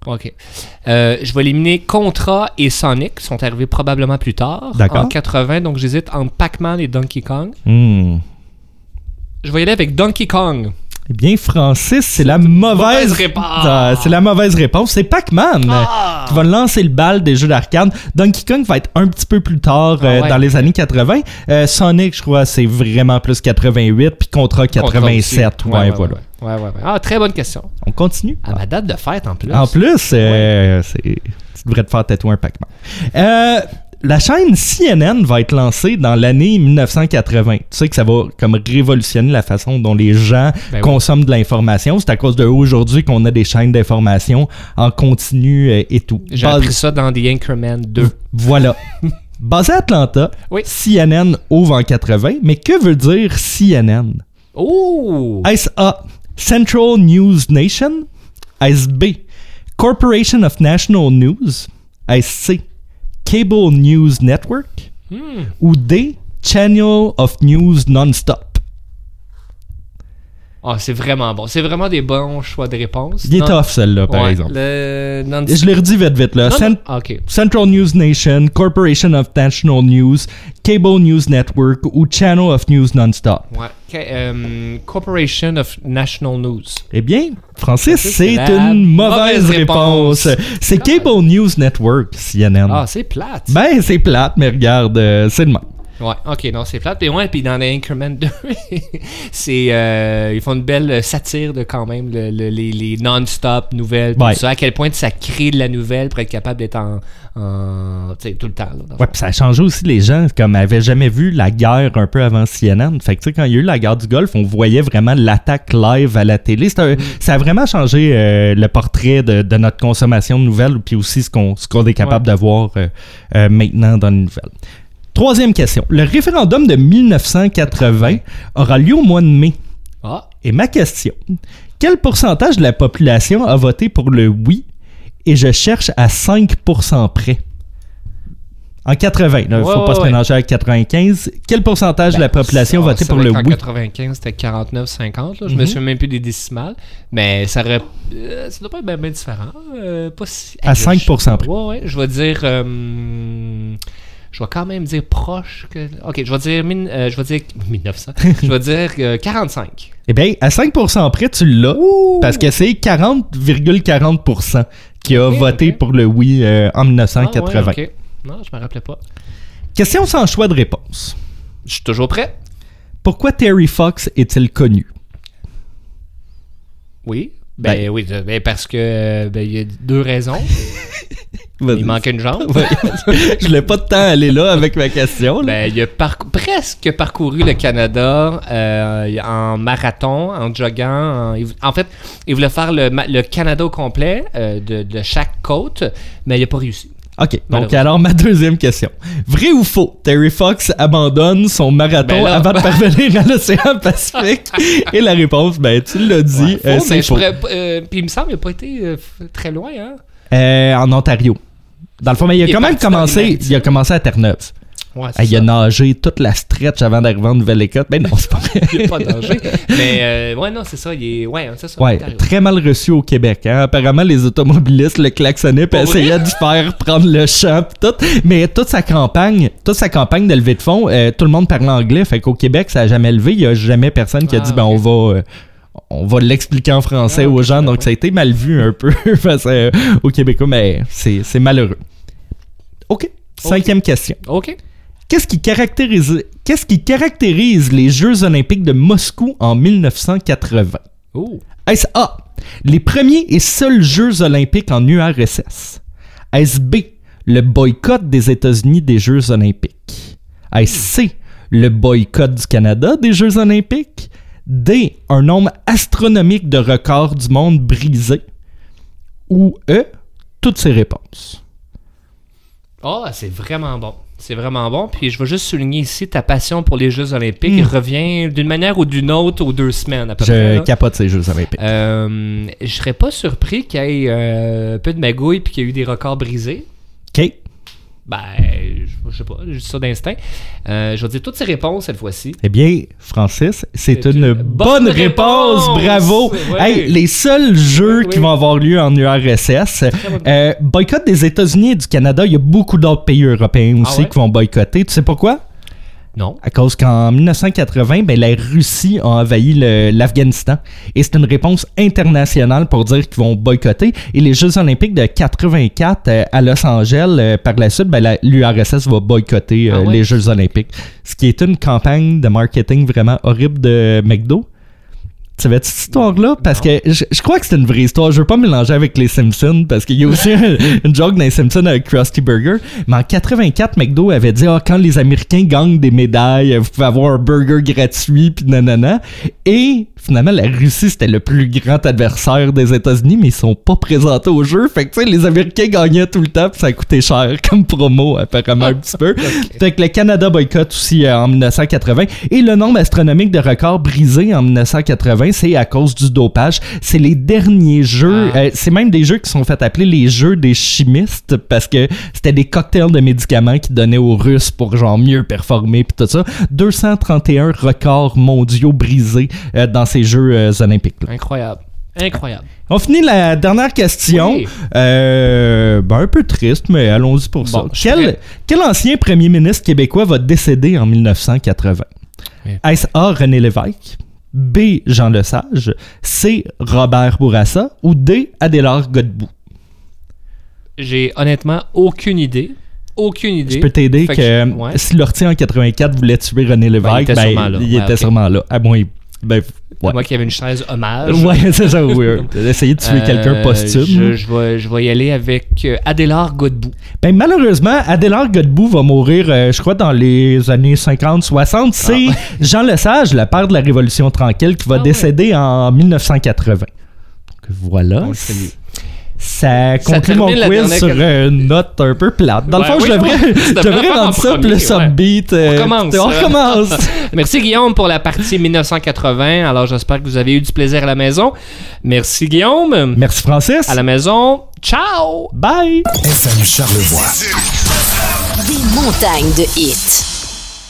Speaker 3: OK. Euh, je vais éliminer Contra et Sonic, qui sont arrivés probablement plus tard,
Speaker 4: D'accord.
Speaker 3: en 80, donc j'hésite entre Pac-Man et Donkey Kong. Hmm. Je vais y aller avec Donkey Kong.
Speaker 4: Eh bien, Francis, c'est la mauvaise,
Speaker 3: réponse. Ah.
Speaker 4: Ah, c'est la mauvaise réponse. C'est Pac-Man euh, qui va lancer le bal des jeux d'arcade. Donkey Kong va être un petit peu plus tard euh,
Speaker 3: Ah ouais.
Speaker 4: dans les années 80. Euh, Sonic, je crois, c'est vraiment plus 88, puis Contra
Speaker 3: Contra
Speaker 4: 87.
Speaker 3: aussi.
Speaker 4: ouais, voilà.
Speaker 3: Ouais. Ouais, ouais, ouais. Ah, très bonne question.
Speaker 4: On continue.
Speaker 3: À ma date de fête, en plus.
Speaker 4: En plus, euh, c'est- tu devrais te faire tatouer un Pac-Man. Euh, la chaîne CNN va être lancée dans l'année 1980. Tu sais que ça va comme révolutionner la façon dont les gens
Speaker 3: Ben oui.
Speaker 4: consomment de l'information. C'est à cause de eux aujourd'hui qu'on a des chaînes d'information en continu euh, et tout.
Speaker 3: J'ai
Speaker 4: Bas-
Speaker 3: appris ça dans The Anchorman 2.
Speaker 4: Mm.
Speaker 3: <laughs>
Speaker 4: Voilà. Basé à Atlanta,
Speaker 3: Oui.
Speaker 4: CNN ouvre en 80. Mais que veut dire CNN?
Speaker 3: Oh!
Speaker 4: Est-ce A. Central News Nation? Est-ce B. Corporation of National News? Est-ce C. Cable News Network?
Speaker 3: Hmm.
Speaker 4: Ou D. Channel of News Non-Stop?
Speaker 3: Ah, c'est vraiment bon. C'est vraiment des bons choix de réponse.
Speaker 4: Il est
Speaker 3: Non-
Speaker 4: tough, celle-là, par
Speaker 3: Ouais,
Speaker 4: exemple.
Speaker 3: le- non-
Speaker 4: Je les redis vite, vite. Là.
Speaker 3: Non, non.
Speaker 4: Cent-
Speaker 3: Ah, OK.
Speaker 4: Central News Nation, Corporation of National News, Cable News Network ou Channel of News Non-Stop?
Speaker 3: Ouais. Ok, euh, Corporation of National News.
Speaker 4: Eh bien, Francis,
Speaker 3: Francis,
Speaker 4: c'est
Speaker 3: la
Speaker 4: une mauvaise
Speaker 3: mauvaise
Speaker 4: réponse.
Speaker 3: réponse.
Speaker 4: C'est Cable News Network, CNN.
Speaker 3: Ah, c'est plate.
Speaker 4: Mm. <laughs> Ben, c'est plate, mais regarde, euh, c'est le même.
Speaker 3: Ouais, ok, non, c'est plate. Et ouais, puis dans les Anchorman 2, <laughs> c'est, euh, ils font une belle satire de quand même le- le- les, les non-stop nouvelles, tout
Speaker 4: Ouais.
Speaker 3: ça, à quel point ça crée de la nouvelle pour être capable d'être en, en- tu sais, tout le temps. là, dans-
Speaker 4: Ouais, puis ça a changé aussi les gens, comme avaient jamais vu la guerre un peu avant CNN. Fait que, tu sais, quand il y a eu la guerre du Golfe, on voyait vraiment l'attaque live à la télé. C'est un- Ça a vraiment changé euh, le portrait de, de notre consommation de nouvelles, puis aussi ce qu'on ce qu'on est capable d'avoir euh, euh, maintenant dans les nouvelles. Troisième question. Le référendum de 1980 aura lieu au mois de mai.
Speaker 3: Ah,
Speaker 4: Et ma question, quel pourcentage de la population a voté pour le oui et je cherche à 5% près? En 80, il ne
Speaker 3: Ouais,
Speaker 4: faut pas
Speaker 3: ouais,
Speaker 4: se
Speaker 3: ouais.
Speaker 4: mélanger avec 95. Quel pourcentage de la population a
Speaker 3: ben,
Speaker 4: voté
Speaker 3: ça, on
Speaker 4: pour
Speaker 3: savait
Speaker 4: le Mhm.
Speaker 3: qu'en
Speaker 4: oui?
Speaker 3: 95, c'était 49-50, là, je me souviens même plus des décimales, mais ça aurait, euh, ça doit pas être bien, bien différent. euh, pas si-
Speaker 4: À
Speaker 3: je-
Speaker 4: 5% près.
Speaker 3: Ouais, ouais, je vais dire, euh, je vais quand même dire proche que, ok, je vais dire, mille- euh, je vais dire 1900, je vais dire euh, 45.
Speaker 4: Eh bien, à 5% près, tu l'as parce que c'est 40,40% qui a
Speaker 3: Ok,
Speaker 4: voté
Speaker 3: ok.
Speaker 4: pour le oui euh, en
Speaker 3: Ah,
Speaker 4: 1980.
Speaker 3: ouais, ok. Non, je me rappelais pas.
Speaker 4: Question sans choix de réponse.
Speaker 3: Je suis toujours prêt.
Speaker 4: Pourquoi Terry Fox est-il connu?
Speaker 3: Oui. Ben,
Speaker 4: Ben.
Speaker 3: oui, de- ben, parce que euh, ben, il y a deux raisons.
Speaker 4: <laughs>
Speaker 3: Il manque une jambe.
Speaker 4: Je voulais pas de temps aller là avec ma question. là.
Speaker 3: Ben, il a parcou- presque parcouru le Canada euh, en marathon, en joguant. En, il vou- en fait, il voulait faire le, ma- le Canada au complet euh, de, de chaque côte, mais il a pas réussi.
Speaker 4: OK. Donc,
Speaker 3: Malheureusement.
Speaker 4: alors, ma deuxième question. Vrai ou faux? Terry Fox abandonne son marathon
Speaker 3: Ben là-
Speaker 4: avant
Speaker 3: <laughs>
Speaker 4: de parvenir à l'océan Pacifique. Et la réponse, ben, tu l'as dit,
Speaker 3: Ouais, faux,
Speaker 4: euh, c'est
Speaker 3: mais je
Speaker 4: faux.
Speaker 3: pourrais pas- euh, Puis il me semble qu'il n'a pas été euh, f- très loin. Hein?
Speaker 4: Euh, en Ontario. Dans le fond, mais il a
Speaker 3: Il est
Speaker 4: quand même
Speaker 3: parti dans les
Speaker 4: commencé,
Speaker 3: Maritimes.
Speaker 4: il a commencé à Terre-Neuve.
Speaker 3: Ouais, c'est
Speaker 4: Ah, il a
Speaker 3: ça.
Speaker 4: nagé toute la stretch avant d'arriver en Nouvelle-Écosse. Ben non, c'est pas vrai.
Speaker 3: Il y a pas de danger. mais euh, ouais, non, c'est ça. Il est... Ouais, hein, c'est ça.
Speaker 4: Ouais,
Speaker 3: Ontario.
Speaker 4: très mal reçu au Québec. hein. Apparemment, les automobilistes le klaxonnaient puis
Speaker 3: Pour vrai?
Speaker 4: essayaient de faire prendre le champ pis tout. Mais toute sa campagne, toute sa campagne de levée de fonds, euh, tout le monde parle anglais. Fait qu'au Québec, ça a jamais levé. Il y a jamais personne qui a
Speaker 3: Ah,
Speaker 4: dit, ben,
Speaker 3: ok.
Speaker 4: on va... euh, on va l'expliquer en français
Speaker 3: Ah, ok,
Speaker 4: aux gens,
Speaker 3: je
Speaker 4: donc ça a été mal vu un peu <laughs> face euh, aux Québécois, mais c'est c'est malheureux. OK. Cinquième question.
Speaker 3: OK.
Speaker 4: Qu'est-ce qui caractérise qu'est-ce qui caractérise les Jeux olympiques de Moscou en 1980
Speaker 3: Oh.
Speaker 4: Est-ce A les premiers et seuls Jeux olympiques en URSS Est-ce B le boycott des États-Unis des Jeux olympiques Est-ce C le boycott du Canada des Jeux olympiques D un nombre astronomique de records du monde brisés ou E toutes ces réponses
Speaker 3: Ah, c'est vraiment bon. C'est vraiment bon. Puis je veux juste souligner ici ta passion pour les Jeux Olympiques revient d'une manière ou d'une autre aux deux semaines à peu près.
Speaker 4: Hmm. Je
Speaker 3: là.
Speaker 4: capote ces Jeux olympiques.
Speaker 3: Euh, je serais pas surpris qu'il y ait euh, un peu de magouille puis qu'il y ait eu des records brisés.
Speaker 4: OK.
Speaker 3: Ben, je, je sais pas, je dis ça d'instinct. Euh, je vais dire toutes ces réponses cette fois-ci.
Speaker 4: Eh bien, Francis, c'est une, bonne,
Speaker 3: bonne
Speaker 4: réponse.
Speaker 3: réponse.
Speaker 4: Bravo.
Speaker 3: Oui.
Speaker 4: Hey, les seuls jeux
Speaker 3: Oui, oui.
Speaker 4: qui vont avoir lieu en URSS. Euh, boycott des États-Unis et du Canada. Il y a beaucoup d'autres pays européens aussi
Speaker 3: Ah ouais?
Speaker 4: qui vont boycotter. Tu sais pourquoi?
Speaker 3: Non.
Speaker 4: À cause qu'en 1980, ben, la Russie a envahi le- l'Afghanistan. Et c'est une réponse internationale pour dire qu'ils vont boycotter. Et les Jeux olympiques de 84 euh, à Los Angeles, euh, par la suite, ben, la- l'URSS va boycotter euh,
Speaker 3: Ah ouais?
Speaker 4: les Jeux olympiques. Ce qui est une campagne de marketing vraiment horrible de McDo. Tu savais cette histoire-là? Parce que je, je crois que c'est une vraie histoire. Je veux pas mélanger avec les Simpsons parce qu'il y a aussi un- une joke dans les Simpsons avec Krusty Burger. Mais en 84, McDo avait dit Ah, quand les Américains gagnent des médailles, vous pouvez avoir un burger gratuit, puis nanana. Et finalement, la Russie, c'était le plus grand adversaire des États-Unis, mais ils sont pas présentés au jeu. Fait que tu sais, les Américains gagnaient tout le temps, puis ça coûtait cher comme promo, euh, apparemment, un petit peu. Fait que le Canada boycott aussi euh, en 1980. Et le nombre astronomique de records brisés en 1980, c'est à cause du dopage. C'est les derniers jeux.
Speaker 3: Ah.
Speaker 4: euh, c'est même des jeux qui sont fait appeler les jeux des chimistes parce que c'était des cocktails de médicaments qu'ils donnaient aux Russes pour genre mieux performer puis tout ça. 231 records mondiaux brisés euh, dans ces jeux euh, olympiques.
Speaker 3: Incroyable. Incroyable.
Speaker 4: On finit la dernière question.
Speaker 3: Oui.
Speaker 4: Euh, ben, un peu triste, mais allons-y pour ça.
Speaker 3: Bon, je suis
Speaker 4: Quel,
Speaker 3: prêt.
Speaker 4: quel ancien premier ministre québécois va décéder en 1980?
Speaker 3: Oui.
Speaker 4: Est-ce A. René Lévesque? B. Jean Lesage? C. Robert Bourassa? Ou D. Adélard Godbout?
Speaker 3: J'ai honnêtement aucune idée. Aucune idée.
Speaker 4: Je peux t'aider que, euh,
Speaker 3: Fait que je- ouais.
Speaker 4: si l'ortie en 84 voulait tuer René
Speaker 3: Ben, il
Speaker 4: Lévesque,
Speaker 3: était
Speaker 4: ben,
Speaker 3: sûrement là.
Speaker 4: il
Speaker 3: Ouais,
Speaker 4: était
Speaker 3: ok.
Speaker 4: sûrement là. À moins... ben, ouais.
Speaker 3: Moi qui avais une chaise hommage.
Speaker 4: Ouais, <laughs> c'est ça, oui.
Speaker 3: <laughs>
Speaker 4: Essayer de tuer
Speaker 3: Euh,
Speaker 4: quelqu'un posthume.
Speaker 3: Je, je vais, je vais y aller avec euh, Adélard Godbout.
Speaker 4: Ben, malheureusement, Adélard Godbout va mourir, euh, je crois, dans les années 50-60. C'est <laughs> Jean Lesage, le père de la Révolution tranquille, qui va
Speaker 3: Ah ouais.
Speaker 4: décéder en 1980. Donc, voilà.
Speaker 3: On le salue.
Speaker 4: Ça
Speaker 3: Ça
Speaker 4: conclut mon
Speaker 3: termine la
Speaker 4: quiz
Speaker 3: dernière
Speaker 4: sur
Speaker 3: question.
Speaker 4: euh, une note un peu plate. Dans
Speaker 3: Ouais,
Speaker 4: le fond,
Speaker 3: oui,
Speaker 4: je devrais,
Speaker 3: oui. <laughs> Tu
Speaker 4: je
Speaker 3: devrais
Speaker 4: devrais
Speaker 3: faire en
Speaker 4: rendre ça
Speaker 3: premier,
Speaker 4: plus
Speaker 3: ouais. hein.
Speaker 4: upbeat. euh,
Speaker 3: recommence,
Speaker 4: On
Speaker 3: là.
Speaker 4: recommence.
Speaker 3: <laughs> Merci Guillaume pour la partie 1980. Alors j'espère que vous avez eu du plaisir à la maison. Merci Guillaume.
Speaker 4: Merci, Francis.
Speaker 3: À la maison. Ciao.
Speaker 4: Bye.
Speaker 1: FM Charlevoix.
Speaker 7: Des montagnes de hits.